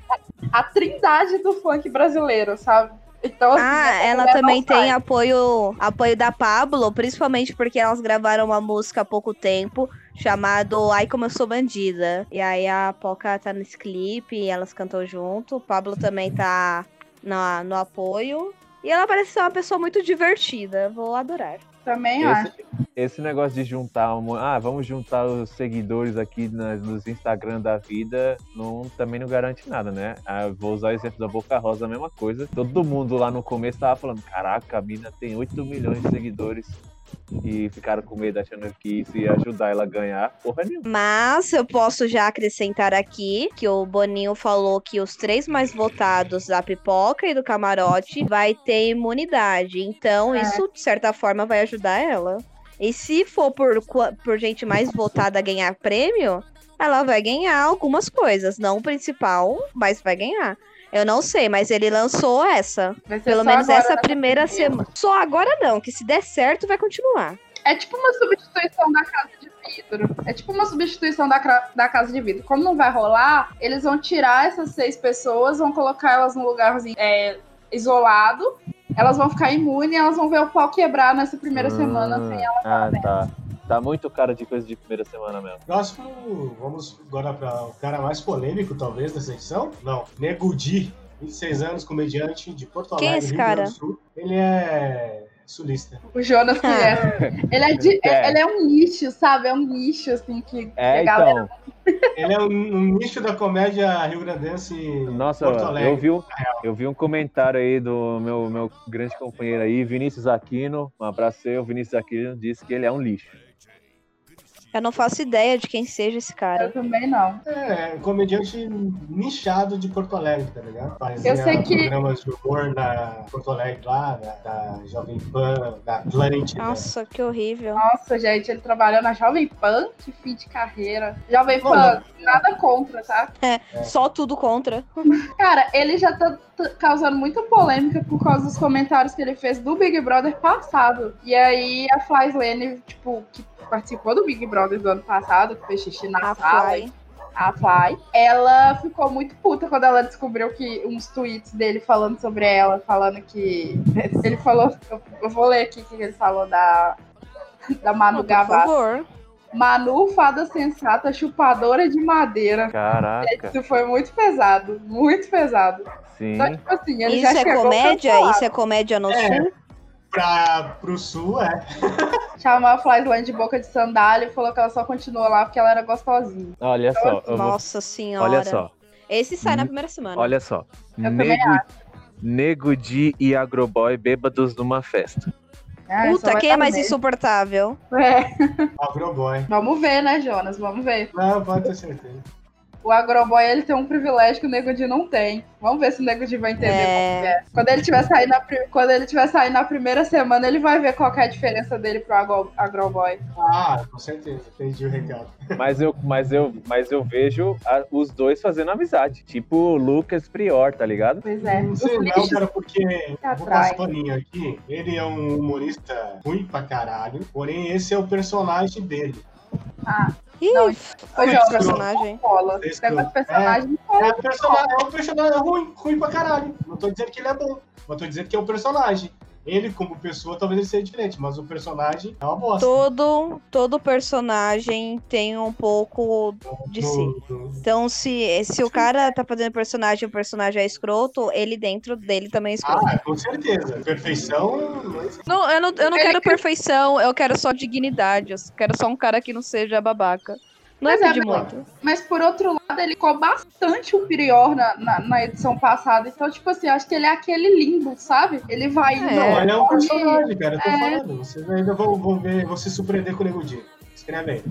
a trindade do funk brasileiro, sabe? Então, assim,
Ah,
né,
ela
não
também
sai.
tem apoio, apoio da Pablo, principalmente porque elas gravaram uma música há pouco tempo chamado Ai Como Eu Sou Bandida. E aí a Poca tá nesse clipe e elas cantam junto. O Pablo também tá na, no apoio. E ela parece ser uma pessoa muito divertida. Vou adorar.
Também acho.
Esse, esse negócio de juntar, um- ah, vamos juntar os seguidores aqui nas- nos Instagram da vida, não, também não garante nada, né? Ah, eu vou usar o exemplo da Boca Rosa, a mesma coisa. Todo mundo lá no começo tava falando, caraca, a mina tem 8 milhões de seguidores e ficaram com medo achando que isso ia ajudar ela a ganhar. Porra nenhuma.
Mas eu posso já acrescentar aqui que o Boninho falou que os três mais votados da pipoca e do camarote vai ter imunidade. Então,
É.
isso, de certa forma, vai ajudar ela. E se for por, qua- por gente mais votada a ganhar prêmio, ela vai ganhar algumas coisas. Não o principal, mas vai ganhar. Eu não sei, mas ele lançou essa.
Vai ser só
Pelo menos
agora,
essa
né?
primeira semana. Só agora não, que se der certo, vai continuar.
É tipo uma substituição da casa de vidro. É tipo uma substituição da, cra- da casa de vidro. Como não vai rolar, eles vão tirar essas seis pessoas, vão colocar elas num lugarzinho é, isolado. Elas vão ficar imunes e elas vão ver o pau quebrar nessa primeira
Hum,
semana sem ela.
Ah, tá. Tá muito cara de coisa de primeira semana mesmo.
Próximo, vamos agora para o cara mais polêmico, talvez, dessa edição? Não, Negudi, 26 anos, comediante de Porto
Quem é
Alegre,
esse
Rio Grande
cara?
do Sul. Ele é sulista.
O Jonas que é. Ele é, de- é- ele é um nicho, sabe? É um nicho, assim, que, que
É,
a galera
então.
Ele é um, um nicho da comédia rio-grandense
Nossa,
Porto Alegre.
eu vi, um- eu vi um comentário aí do meu, meu grande companheiro aí, Vinícius Aquino. Um abraço aí, o Vinícius Aquino disse que ele é um lixo.
Eu não faço ideia de quem seja esse cara.
Eu também não.
É, comediante nichado de Porto Alegre, tá ligado? Fazia
Eu sei que-
programas de humor na Porto Alegre lá, da, da Jovem Pan, da Atlântida.
Nossa, que horrível.
Nossa, gente, ele trabalhou na Jovem Pan, que fim de carreira. Jovem
Pô,
Pan, nada contra, tá?
Só tudo contra.
Cara, ele já tá t- causando muita polêmica por causa dos comentários que ele fez do Big Brother passado. E aí a Flyslane, tipo, que participou do Big Brother do ano passado, que fez xixi na
A
sala,
Fly.
a Fly, ela ficou muito puta quando ela descobriu que uns tweets dele falando sobre ela, falando que. Ele falou. Eu, eu vou ler aqui o que ele falou da, da Manu
Por
Gavassi.
favor.
Manu, fada sensata, chupadora de madeira.
Caraca,
Isso foi muito pesado, muito pesado.
sim.
Então, tipo assim, ele
Isso
já
é
chegou
comédia?
cancelado.
Isso é comédia no
É.
sul?
Pra, pro sul, é.
Chamou a Flyslane de boca de sandália e falou que ela só continuou lá porque ela era gostosinha.
Olha só, eu vou...
Nossa senhora.
olha só,
Esse sai na
Hum,
primeira semana.
olha só.
também
Nego, Nego Di e Agroboy bêbados numa festa.
Ah, só
Puta,
vai
quem é
dar
mais
merda.
insuportável?
É.
Agroboy.
Vamos ver, né, Jonas? Vamos ver.
Não, Ah, pode ter certeza.
O agroboy, ele tem um privilégio que o Nego Di não tem. Vamos ver se o Nego Di vai entender
É.
como que é. Quando ele, tiver saindo na, pri- quando ele tiver saindo na primeira semana, ele vai ver qual que é a diferença dele pro agro- agroboy.
Ah, com certeza. Entendi o recado.
Mas eu, mas eu, mas eu vejo a- os dois fazendo amizade. Tipo o Lucas Prior, tá ligado?
Pois é.
Não
Os
sei não,
lixos-
cara, porque eu vou
atrás.
passar um paninho aqui. Ele é um humorista ruim pra caralho, porém esse é o personagem dele.
Ih,
Não, Ô,
foi
isso não.
esse
Jonas,
personagem.
cola.
Isso
Pega
não.
os personagens e cola.
É, o personagem, é um personagem ruim, ruim pra caralho. Não tô dizendo que ele é bom, mas tô dizendo que é um personagem. Ele, como pessoa, talvez ele seja diferente, mas o personagem é uma bosta.
Todo, todo personagem tem um pouco de si.
Do- do-
Então, se, se o cara tá fazendo personagem e o personagem é escroto, ele dentro dele também é escroto.
Ah, com certeza. Perfeição não existe.
Não, eu não, eu não
Ele
quero
quer-
perfeição, eu quero só dignidade. Eu quero só um cara que não seja babaca. Não é
Mas é,
pedir
mas-
muito.
Mas por outro lado, ele ficou bastante o Prior na, na, na edição passada. Então, tipo assim, acho que ele é aquele limbo, sabe? Ele vai indo.
Não,
É.
ele é um personagem, cara. Eu tô
É.
falando. Vocês ainda vão, vão ver, vão se surpreender com o Nego Di. Escreve aí.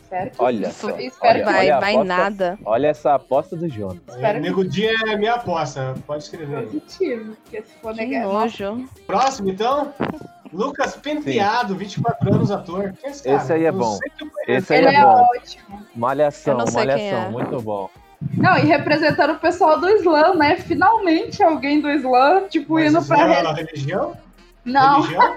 Espero que
Olha
isso-
só,
Espero
olha-
que
Vai,
a
vai
aposta.
nada.
Olha essa aposta do Jonas.
Espero
É, Nego Di é minha aposta. Pode escrever aí.
positivo. Porque se for
Que
negar.
nojo.
Próximo, então. Lucas Penteado, 24 anos, ator. Quem é esse, cara?
Esse aí é
Eu
bom.
sei que eu conheço.
Esse aí
ele
é
é
bom.
ótimo.
Malhação,
Eu não sei quem
malhação,
é.
muito bom.
Não, e representando o pessoal do Islã, né? Finalmente alguém do Islã, tipo,
Mas
indo
isso
pra.
não
re-
é religião?
Não,
Religião?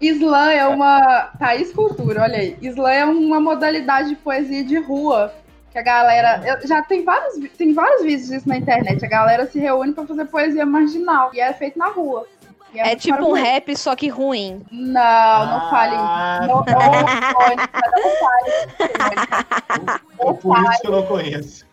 Islã tá, é uma. Thaís Cultura, olha aí. Islã é uma modalidade de poesia de rua Que a galera. eu- já tem vários, vi- tem vários vídeos disso na internet. A galera se reúne pra fazer poesia marginal. E é feito na rua. E
É
muito
tipo um
maravilhoso.
rap, só que ruim.
Não, não fale isso.
Ah,
Não, não, Mônica,
é por isso que eu não conheço.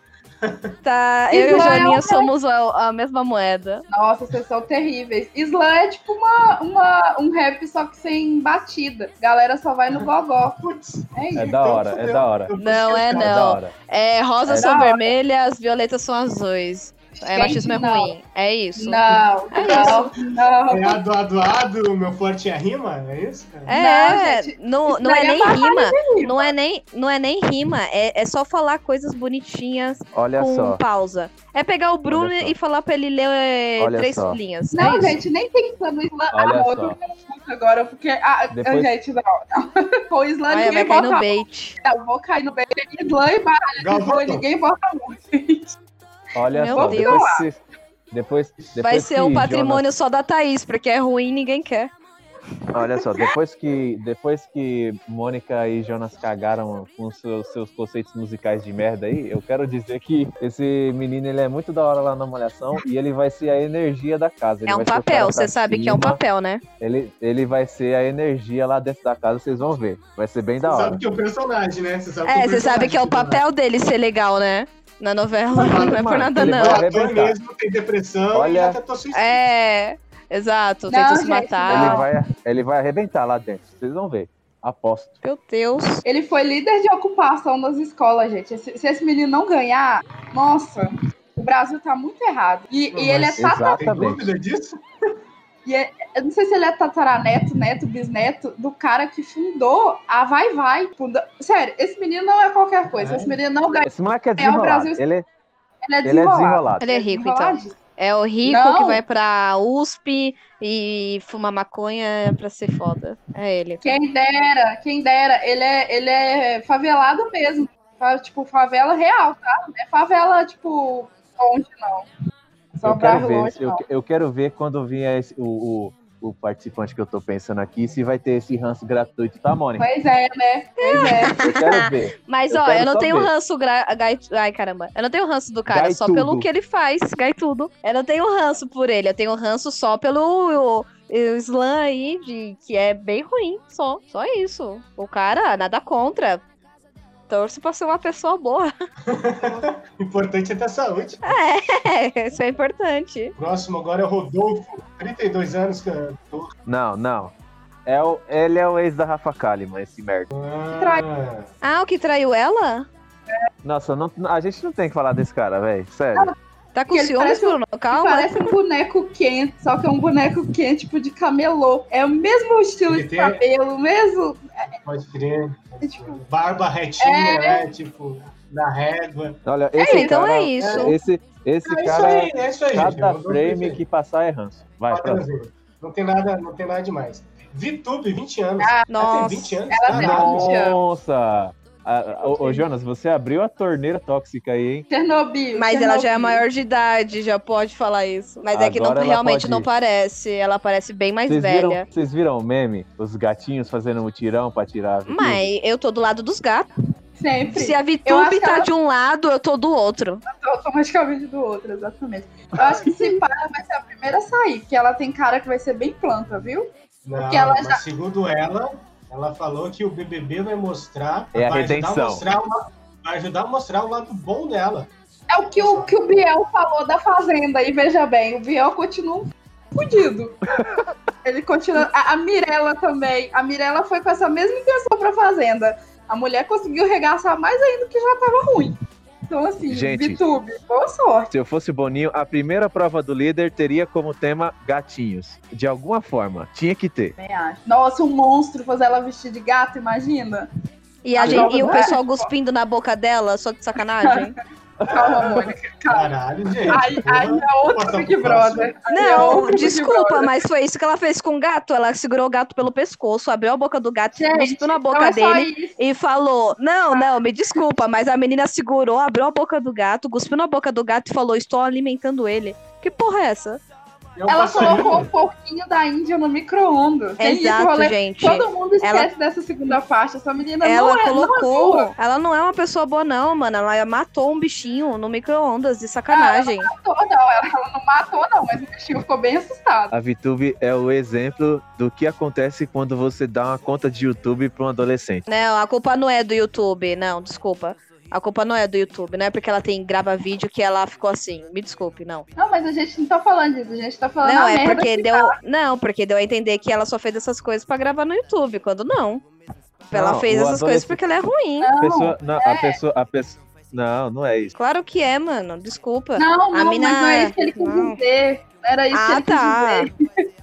Tá,
Isso
eu e o
é um
Joninho
rap.
somos a, a mesma moeda.
Nossa, vocês são terríveis. Slam é tipo uma, uma, um rap só que sem batida. Galera só vai no gogó.
Putz,
É isso.
É da hora, é da hora.
Eu vou
Não, é
esquecer.
É da
não.
hora.
É, rosas
É da
são
hora.
vermelhas, violetas são azuis. É,
Gente,
machismo é
não.
ruim. É isso.
Não,
É
não, não.
É ado, ado, ado, meu forte é rima? É isso, cara?
É,
Não, gente,
não,
isso
não é
daí é
nem
barragem
rima.
rima.
Não é nem, não é nem rima. É, é só falar coisas bonitinhas
Olha
com
só.
pausa. É pegar o Bruno
Olha só.
e falar pra ele ler é,
Olha
três
só.
linhas. é
Não,
isso.
gente, nem pensando no Slam. Ah,
Olha
não,
só.
eu tô ficando puta agora, porque. Ah,
Depois-
gente, não. não. Com o Slam
Ai,
ninguém
vai cair
bota
no
a
bait.
Não, vou cair no bem. Slam e baralho com
Galvão.
ninguém bota a mão, gente.
Olha
Meu
só.
Deus.
Depois, se- depois, depois
Vai ser
que
um
Jonas-
patrimônio só da Thaís, porque é ruim e ninguém quer.
Olha só, depois que, depois que Mônica e Jonas cagaram com os seus, seus conceitos musicais de merda aí, eu quero dizer que esse menino ele é muito da hora lá na Malhação e ele vai ser a energia da casa. Ele
É um
vai ser o
papel,
cara pra
você sabe que é um
cima,
papel, né?
Ele, ele vai ser a energia lá dentro da casa, vocês vão ver. Vai ser bem da
Você
hora.
sabe que é o personagem, né? Você sabe que
É, você sabe
personagem
que é o papel dele ser legal, né? Na novela, não é por
mano,
nada
ele
O
não.
vai-
ator mesmo tem depressão e
Olha.
já tentou suicídio.
É,
Não,
exato, tenta
gente,
se
Ele
Ah.
matar.
vai, ele vai arrebentar lá dentro, vocês vão ver. Aposto.
Meu Deus.
Ele foi líder de ocupação das escolas, gente. Esse- se esse menino não ganhar, nossa, o Brasil tá muito errado. E, e ele é
Mas-
tata,
Tem dúvida disso?
eu não sei se ele é tataraneto, neto, bisneto do cara que fundou a Vai Vai. Funda- Sério, esse menino não é qualquer coisa. Esse menino não ganha,
Esse moleque é
É, o
desenrolado.
Brasil-
Ele,
ele é
ele é
desenrolado.
desenrolado.
Ele é rico, então.
Desenroladíssimo.
É o rico
Não.
que vai pra USP e fuma maconha pra ser foda. É ele.
Quem dera, quem dera. Ele é, ele é favelado mesmo. Fa- Tipo, favela real, tá? Não é favela, tipo, longe, não. Só um
Eu quero,
bairro
ver,
longe,
eu,
não.
eu quero ver quando vier esse- o, o, o participante que eu tô pensando aqui, se vai ter esse ranço gratuito, tá, Mônica?
Pois é, né? Pois é.
Eu quero ver.
Mas,
Eu
ó,
quero
eu não tenho
saber.
ranço. Gra... gai- Ai, caramba. Eu não tenho ranço do cara,
Gai
só
tudo.
pelo que ele faz, gai tudo. Eu não tenho ranço por ele, eu tenho ranço só pelo o, o slam aí, de... que é bem ruim, só. Só isso. O cara, nada contra. Torce pra ser uma pessoa boa.
O importante é ter saúde.
É, isso é importante.
Próximo agora é o Rodolfo, 32 anos, cara.
Não, não. É o, ele é o ex da Rafa Kalimann, esse merda.
Ah,
Ah, o que traiu ela?
Nossa, não- a gente não tem que falar desse cara, velho. Sério.
Tá com
Ele
ciúmes,
parece um-
Bruno? Calma.
Parece um boneco quente, só que é um boneco quente tipo de camelô. É o mesmo estilo
Ele
de
tem-
cabelo, mesmo.
pode crer.
é, tipo,
Barba retinha, né? Tipo, na régua.
Olha,
É,
esse
então
cara, um
é isso.
Esse, esse
É isso
cara,
aí, é isso aí, gente.
cada
Rodolfo é isso
frame
aí.
que passar é ranço. Vai,
Pode
pronto.
trazer. Não tem nada, não tem nada demais. Vitube, 20 anos. Ela
Ah, Nossa.
tem 20 anos. Ah,
Ela tem
caralho.
Não. 20 anos.
Nossa! Ah, Ô, ô, Jonas, você abriu a torneira tóxica aí, hein?
Chernobyl.
Mas ela já é
Chernobyl.
maior de idade, já pode falar isso. Mas é que não,
Agora ela
realmente
pode.
não parece. Ela parece bem mais
Vocês
velha.
viram, vocês viram o meme? Os gatinhos fazendo um tirão pra tirar a vitube?
Mas eu tô do lado dos gatos.
Sempre.
Se a
Eu acho
Vitube
que
tá
ela-
de um lado, eu tô do outro.
Automaticamente do outro, exatamente. Eu acho que se para, vai ser a primeira a sair, porque ela tem cara que vai ser bem planta, viu?
Não,
Porque ela
mas segundo ela, ela falou que o BBB vai mostrar,
É a
vai ajudar
redenção.
a mostrar uma- vai ajudar a mostrar o lado bom dela.
É o que o, que o Biel falou da Fazenda, e veja bem, o Biel continua fudido. Ele continua. A, a Mirella também. A Mirella foi com essa mesma intenção pra Fazenda. A mulher conseguiu regaçar mais ainda que já tava ruim. Então, assim,
Gente.
Vitube, boa sorte.
Se eu fosse o Boninho, a primeira prova do líder teria como tema gatinhos. De alguma forma, tinha que ter.
Também acho. Nossa, um monstro fazer ela vestir de gato, imagina?
E, a
Ah,
gente-
não,
e o
não é.
pessoal cuspindo na boca dela, só de sacanagem.
Calma, Mônica, calma.
Caralho, gente.
Aí,
porra.
aí é outro
Nossa,
Big
nossa.
Brother. Aí é
não,
outro Big
desculpa,
Brother.
mas foi isso que ela fez com o gato. Ela segurou o gato pelo pescoço, abriu a boca do gato, cuspiu na boca
Então é só
dele.
isso.
E falou: Não, não, me desculpa, mas a menina segurou, abriu a boca do gato, cuspiu na boca do gato e falou: Estou alimentando ele. Que porra é essa?
É um
Ela
passarinho.
colocou o porquinho da Índia no micro-ondas. Tem É isso,
Exato,
rolê.
gente.
Todo mundo esquece
Ela-
dessa segunda parte. Essa menina
Ela
não, é,
colocou.
não é boa.
ela não é uma pessoa boa, não, mano. Ela matou um bichinho no micro-ondas de sacanagem.
Matou, não. Ela, ela não matou, não, mas o bichinho ficou bem assustado.
A VTube é o exemplo do que acontece quando você dá uma conta de YouTube pra um adolescente.
Não, a culpa não é do YouTube. Não, desculpa. A culpa não é do YouTube. Não é porque ela tem grava vídeo que ela ficou assim. Me desculpe, não.
Não, mas a gente não tá falando disso, a gente tá falando
Não,
a
é
merda
porque
que tá.
deu. Não, porque deu a entender que ela só fez essas coisas pra gravar no YouTube, quando não. Ela
Não,
fez
o
essas coisas
adolescente-
porque ela é ruim.
não,
A pessoa, não,
é.
a pessoa, a pessoa, não, não é isso.
Claro que é, mano. Desculpa.
não,
a
não,
mina-
mas não é isso que ele quis
não.
dizer. Não era isso é que
ah,
ele quis
tá.
dizer.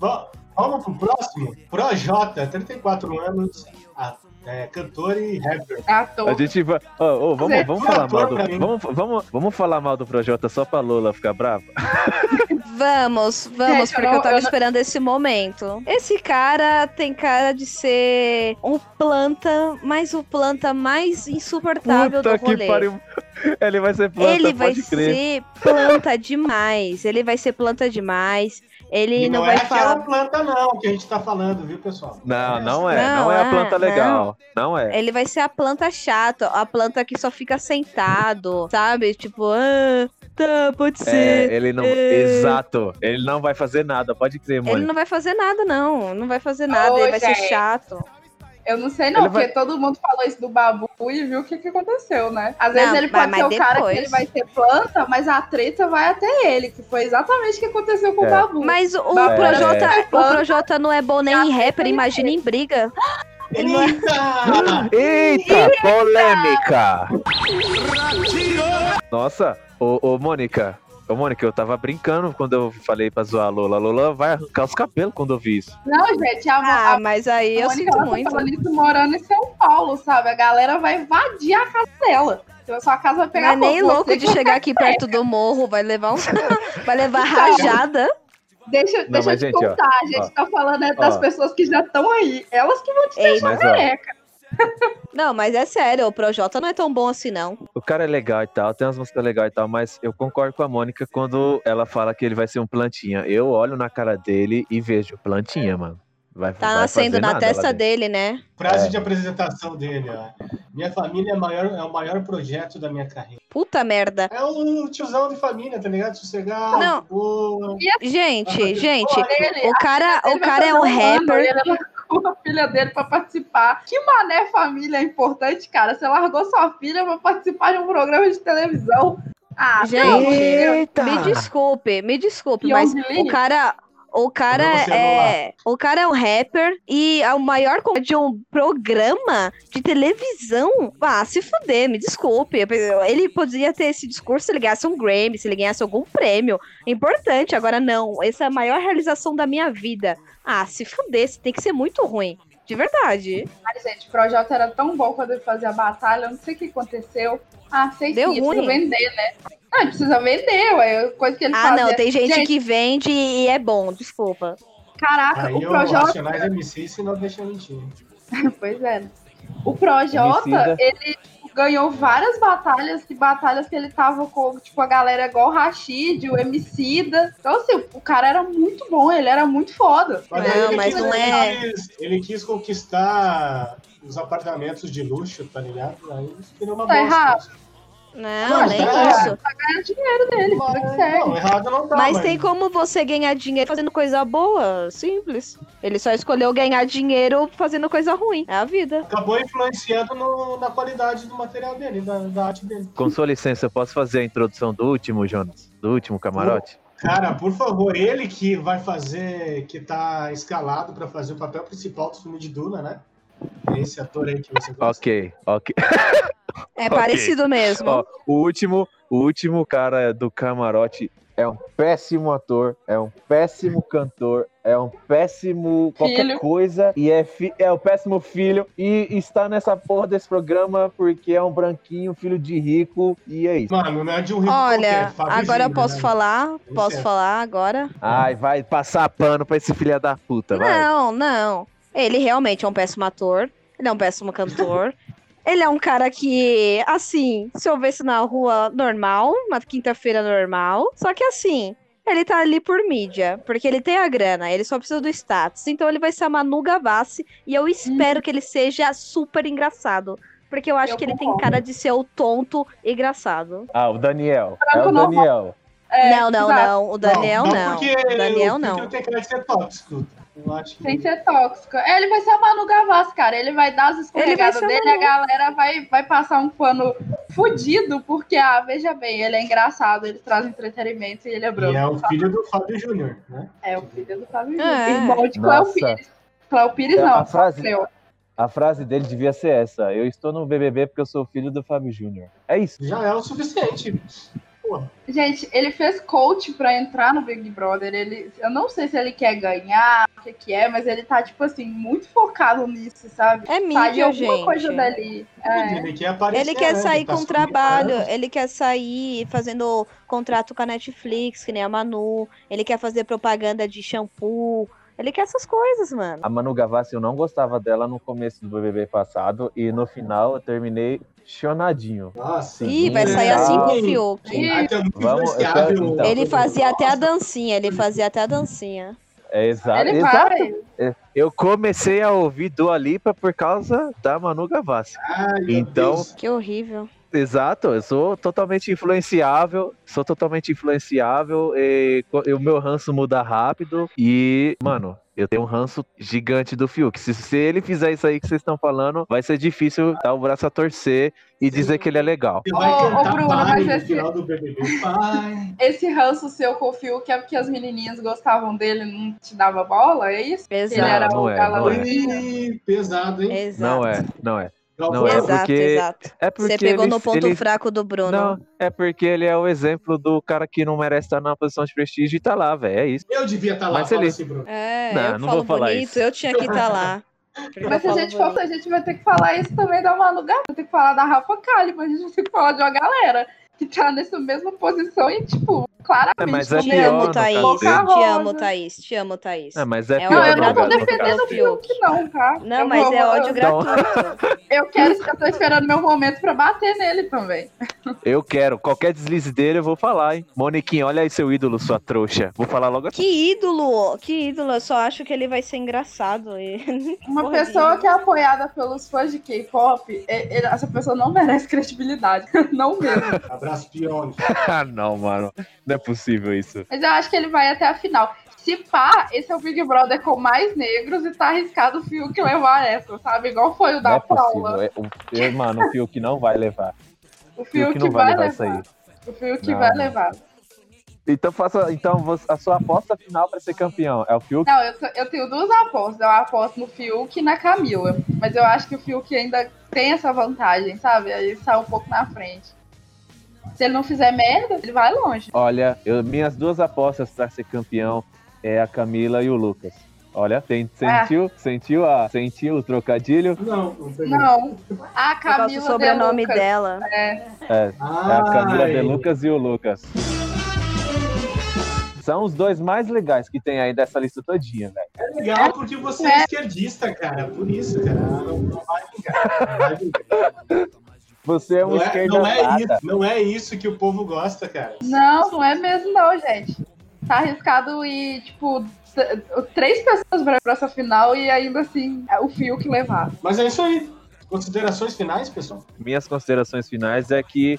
Va- Vamos pro próximo? Projota, 34 anos, a- é, cantor e rapper.
É ator.
A gente vai. Ô, ô, vamos, vamos falar mal do.
Pra mim.
Vamos, vamos, vamos falar mal do Projota só pra Lola ficar brava?
Vamos, vamos,
Gente, eu
porque
não-
eu tava
eu não-
esperando esse momento. Esse cara tem cara de ser um planta, mas o planta mais insuportável
Puta
do
que
rolê.
pariu. Ele vai ser planta,
ele vai
pode crer.
ser planta demais. Ele vai ser planta demais. Ele
E
não,
não
vai
é
falar.
aquela planta, não, que a gente tá falando, viu, pessoal?
Não, não é.
Não,
Não, é
ah,
a planta legal. Não, é.
Ele vai ser a planta chata, a planta que só fica sentado, sabe? Tipo, ah, tá, pode ser.
É, ele não.
É.
Exato. Ele não vai fazer nada, pode crer, mano.
Ele não vai fazer nada, não. Não vai fazer nada,
Ô,
ele vai ser
gente.
chato.
Eu não sei, não,
Ele
porque
vai-
todo mundo falou isso do Babu e viu o que, que aconteceu, né? Às vezes
Não,
ele
mas-
pode
mas
ser o cara
depois.
que ele vai ser planta, mas a treta vai até ele, que foi exatamente o que aconteceu com
É.
o Babu.
Mas o
Não,
Projota,
é.
o Projota não é bom nem em
Já
rapper,
sei.
imagina em briga.
Tá
é-
Eita!
Eita, polêmica! Nossa, ô, ô Mônica, ô Mônica, eu tava brincando quando eu falei pra zoar a Lola. A Lola vai arrancar os cabelos quando eu vi isso.
Não, gente, a,
Ah,
a,
mas aí eu
Mônica
sinto
ela tá
muito.
falando isso morando em São Paulo, sabe? A galera vai invadir a casa dela. Então a sua casa vai
Não é
pegar
nem
fogo.
louco
Você Então,
de chegar aqui perto do morro, vai levar um. vai levar rajada.
Deixa,
Não,
deixa eu
mas,
te
gente, ó,
contar, a gente
ó.
tá falando é das
Ó.
pessoas que já estão aí. Elas que vão te
Ei,
deixar
mas, ó.
careca.
Não, mas é sério, o Projota não é tão bom assim, não.
O cara é legal e tal, tem umas músicas legais e tal, mas eu concordo com a Mônica quando ela fala que ele vai ser um plantinha. Eu olho na cara dele e vejo plantinha, mano. Vai,
Tá
vai
nascendo
fazer
na
nada lá
testa
dentro.
dele, né?
Frase
É.
de apresentação dele, ó. Minha família é, maior, é o maior projeto da minha carreira.
Puta merda.
É um tiozão de família, tá ligado? Sossegado,
Não.
boa.
Gente, gente,
Ele-
o cara,
Ele
o
vai
cara é
fazer
um
ano e
rapper.
Ele largou a filha dele pra participar. Que mané família é importante, cara. Você largou sua filha pra participar de um programa de televisão. Ah,
Gente,
pelo amor de Deus.
Me desculpe, me desculpe,
E
mas
Young
o
Lin?
cara. O cara
Vamos lá.
é. O cara é um rapper e é o maior co- de um programa de televisão. Ah, se fuder, me desculpe. Ele poderia ter esse discurso se ele ganhasse um Grammy, se ele ganhasse algum prêmio. Importante, agora não. Essa é a maior realização da minha vida. Ah, se fuder, isso tem que ser muito ruim. De verdade.
Ai, gente, o projeto era tão bom quando ele fazia a batalha. eu Não sei o que aconteceu. Ah, sei
Deu
que
ruim.
precisa vender, né? Ah, ele precisa vender, ué. é Coisa que ele
Ah,
fazia.
não, tem gente,
Gente.
que vende e é bom, desculpa.
Caraca,
Aí
o
o
Projota.
Racionais MC, se não deixa eu mentir.
Pois é. O Projota,
Emicida.
ele tipo, ganhou várias batalhas, e batalhas que ele tava com, tipo, a galera igual o Rashid, o Emicida. Então, assim, o cara era muito bom, ele era muito foda.
aí
Não,
ele
mas
quis-
não é-
Ele quis, ele quis conquistar os apartamentos de luxo, tá ligado? Aí virou uma
Tá
bosta.
errado.
Não,
Não,
nem
tá
isso.
Era dinheiro dele,
Mas-
que segue.
Não, errado não tá.
Mas é. tem como você ganhar dinheiro fazendo coisa boa, simples. Ele só escolheu ganhar dinheiro fazendo coisa ruim. É a vida.
Acabou influenciando no- na qualidade do material dele, da, da arte dele.
Com sua licença, eu posso fazer a introdução do último, Jonas? Do último camarote?
Cara, por favor, ele que vai fazer, que tá escalado pra fazer o papel principal do filme de Duna, né? Esse ator aí que você gosta.
Ok, ok.
É
Ok.
parecido mesmo.
Ó, o último, o último cara do camarote é um péssimo ator, é um péssimo cantor, é um péssimo qualquer
Filho.
coisa e é fi- é o péssimo filho e está nessa porra desse programa porque é um branquinho, filho de rico e é isso.
Mano, não é de um rico
Olha,
qualquer, Fábio
agora eu
Júnior,
posso
né?
falar?
Isso
Posso
é.
falar agora?
Ai, vai passar pano pra esse filho da puta, Tá, vai.
Não, não. Ele realmente é um péssimo ator. Ele é um péssimo cantor. ele é um cara que, assim, se eu visse na rua normal, uma quinta-feira normal. Só que assim, ele tá ali por mídia, porque ele tem a grana, ele só precisa do status. Então ele vai ser a Manu Gavassi e eu espero que ele seja super engraçado. Porque eu acho
Eu
que ele tem
concordo.
cara de ser o tonto engraçado.
Ah, o Daniel. É
Franco
o
não,
Daniel.
É,
não, não,
exato.
não. O Daniel não.
porque
O Daniel
o
não.
Peter tem cara de ser tóxico. Eu acho que.
Sem ser tóxico. É, ele vai ser o Manu Gavassi, cara. Ele vai dar as escorregadas
Ele vai ser o
dele, a galera vai, vai passar um pano fudido, porque, ah, veja bem, ele é engraçado, ele traz entretenimento e ele é
E
branco.
é o filho do Fábio Júnior, né?
É, o filho do Fábio
É.
Júnior. Irmão de Cléo
Nossa.
Pires. Cléo Pires
É,
não,
a frase-
Cléo.
A frase dele devia ser essa: Eu estou no BBB porque eu sou filho do Fábio Júnior. É isso.
Já é o suficiente.
Gente, ele fez coach pra entrar no Big Brother. Ele, eu não sei se ele quer ganhar, o que que é, mas ele tá, tipo assim, muito focado nisso, sabe?
É
Saiu
mídia,
alguma
gente.
coisa dali. É.
Ele quer aparecer.
Ele quer
né?
sair
tá
com
subindo,
trabalho,
né?
ele quer sair fazendo contrato com a Netflix, que nem a Manu, ele quer fazer propaganda de shampoo, ele quer essas coisas, mano.
A Manu Gavassi, eu não gostava dela no começo do BBB passado e no final eu terminei chonadinho.
Nossa.
Ih, vai
é.
sair assim com o
Sim.
Fiuk.
Ah, então é muito
Vamos, eu
influenciável.
quero- então.
Ele fazia até a
Nossa,
dancinha, ele fazia até a dancinha.
É exato.
Ele
exato.
vai.
Eu comecei a ouvir Dua Lipa por causa da Manu Gavassi.
ai, meu
Então-
Deus.
Que horrível.
Exato, eu sou totalmente influenciável, sou totalmente influenciável, e, co- e o meu ranço muda rápido e, mano, eu tenho um ranço gigante do Fiuk. Se, se ele fizer isso aí que vocês estão falando, vai ser difícil dar o braço a torcer e dizer que ele é legal.
Ele vai
Ô, ô,
cantar
Bruno,
pai
mas
no
esse-
final do BBB. Pai.
Esse ranço seu com o Fiuk é porque as menininhas gostavam dele e não te dava bola? É isso? Ele
Não,
era
Exato.
não
o
é, não é.
galã.
Ih, pesado, hein?
Exato.
Não é, não é.
Galvão
Não é,
exato,
porque-
exato.
É porque
Você pegou
ele-
no ponto né?
ele-
fraco do Bruno.
Não, é porque ele é o exemplo do cara que não merece estar na posição de prestígio e tá lá, velho. É isso.
Eu devia estar lá,
Mas
fala
ele-
assim, Bruno.
É,
Não,
eu
não
que
vou
falo
falar
bonito,
isso.
eu tinha que estar lá. Porque eu
Mas se a
falo
gente
bonito.
for, a gente vai ter que falar isso também da Manu Gavassi, vai ter que falar da Rafa Kalimann, a gente vai ter que falar de uma galera que tá nessa mesma posição e, tipo, claramente...
É, mas é
não
Te
pior
amo,
no
Thaís.
caso
dele.
Te amo, Thaís. Te amo, Thaís.
Ah, mas é,
É,
pior.
Não, eu
no
não tô
caso- no
defendendo
caso
o Fiuk, não, tá?
Não,
Eu
mas
vou-
é ódio
Então-
gratuito.
Eu quero, eu tô esperando meu momento pra bater nele também.
Eu quero. Qualquer deslize dele eu vou falar, hein? Moniquinha, olha aí seu ídolo, sua trouxa. Vou falar logo aqui.
Que ídolo, que ídolo. Eu só acho que ele vai ser engraçado. E...
Uma
Porra,
pessoa
Deus.
que é apoiada pelos fãs de K-pop, é- ele- essa pessoa não merece credibilidade, não mesmo.
Abraço, Pione.
ah, não, mano. Não é possível isso.
Mas eu acho que ele vai até a final. Se pá, esse é o Big Brother com mais negros e tá arriscado o Fiuk levar essa, sabe? Igual foi o
Não
da
é possível.
Paula.
É, o, eu, mano, o Fiuk não vai levar.
O
O é Fiuk não vai levar isso aí.
O Fiuk
Não.
vai levar.
Então, faça, então você- a sua aposta final pra ser campeão é o Fiuk?
Não, eu, tô- eu tenho duas apostas. Eu aposto no Fiuk e na Camila. Mas eu acho que o Fiuk ainda tem essa vantagem, sabe? Ele sai um pouco na frente. Se ele não fizer merda, ele vai longe.
Olha, eu- minhas duas apostas pra ser campeão é a Camila e o Lucas. Olha, tem- sentiu, sentiu, a, sentiu o trocadilho?
Não, não peguei.
Não. A
Por causa
Camila.
do
De
sobrenome
Lucas.
dela.
É a Camila
Ai.
de Lucas e o Lucas. São os dois mais legais que tem aí dessa lista todinha, velho.
É legal porque você é esquerdista, cara. Por isso, cara. Não, não vai brigar. Não, vai brigar.
Você é um
não, é,
esquerda
não é
nata.
isso, não é isso que o povo gosta, cara.
Não, não é mesmo, não, gente. Tá arriscado e, tipo, t- três pessoas pra pra essa final e ainda assim é o fio que levar.
Mas é isso aí. Considerações finais, pessoal?
minhas considerações finais é que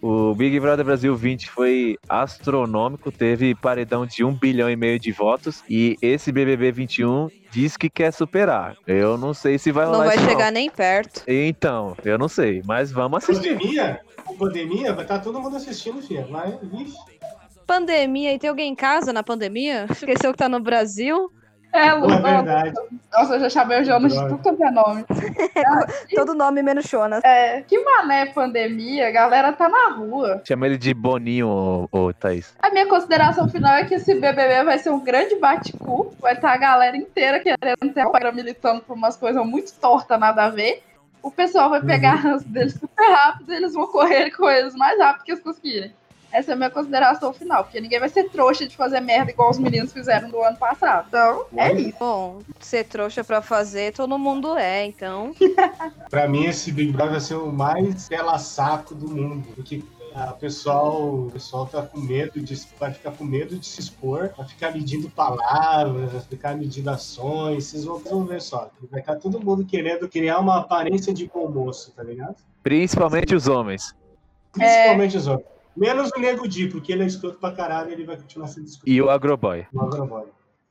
o Big Brother Brasil 20 foi astronômico, teve paredão de 1 bilhão e meio de votos e esse BBB 21 diz que quer superar. Eu não sei se vai
Não
rolar
vai
isso,
chegar nem perto.
Então, eu não sei, mas vamos assistir.
Pandemia? Com Pandemia? Vai estar todo mundo assistindo, filha. Vai. Ixi.
Pandemia, e tem alguém em casa na pandemia? Esqueceu que tá no Brasil?
É,
Pô, é
Lula.
verdade.
Nossa, eu já chamei o Jonas de
Droga.
tudo quanto é nome.
Todo nome menos Jonas.
É, que mané pandemia, a galera tá na rua.
Chama ele de Boninho, ô, ô, Thaís.
A minha consideração final é que esse BBB vai ser um grande bate-cu. Vai estar a galera inteira querendo ter agora militando por umas coisas muito tortas, nada a ver. O pessoal vai pegar
Uhum.
ranço deles super rápido e eles vão correr com eles mais rápido que eles conseguirem. Essa é a minha consideração final, porque ninguém vai ser trouxa de fazer merda igual os meninos fizeram do ano passado. Então, é isso.
Bom, ser trouxa pra fazer, todo mundo é, então.
Pra mim, esse Big Brother vai ser o mais pela saco do mundo. Porque Ah, o pessoal, o pessoal tá com medo de, vai ficar com medo de se expor, vai ficar medindo palavras, vai ficar medindo ações, vocês vão, vocês vão ver só. Vai ficar todo mundo querendo criar uma aparência de bom moço, tá ligado?
Principalmente os homens.
Principalmente os homens. Menos o Nego Di, porque ele é escroto pra caralho ele vai continuar sendo escroto.
E o agroboy.
O Agroboy.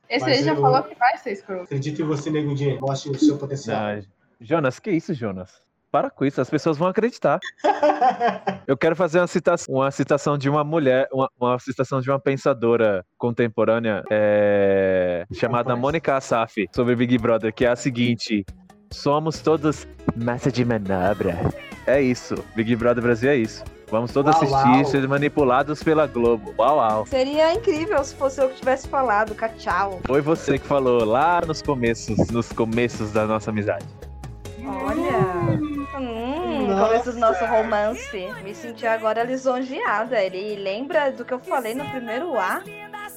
Esse
Mas
aí já
eu-
falou que vai ser escroto.
Acredito em você, Nego Di. Mostre o seu potencial.
Ah, Jonas, que isso, Jonas? Para com isso, as pessoas vão acreditar. Eu quero fazer uma citação, uma citação de uma mulher, uma, uma citação de uma pensadora contemporânea é, chamada
Rapaz.
Mônica Asaf sobre Big Brother, que é a seguinte: somos todos massa de manobra. É isso, Big Brother Brasil é isso. Vamos todos
Uau,
assistir
uau.
e ser manipulados pela Globo. Uau, uau.
Seria incrível se fosse eu que tivesse falado, cachau.
Foi você que falou lá nos começos, nos começos da nossa amizade.
Olha. Hum,
Nossa.
começo do nosso romance. Me senti agora lisonjeada. Ele lembra do que eu falei no primeiro A.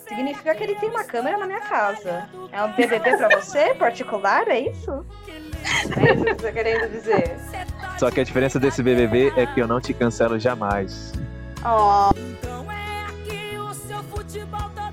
Significa que ele tem uma câmera na minha casa. É um BBB pra você, particular, é isso? É isso que você tá querendo dizer?
Só que a diferença desse BBB é que eu não te cancelo jamais.
Ó,
Então é aqui o seu futebol todo. é um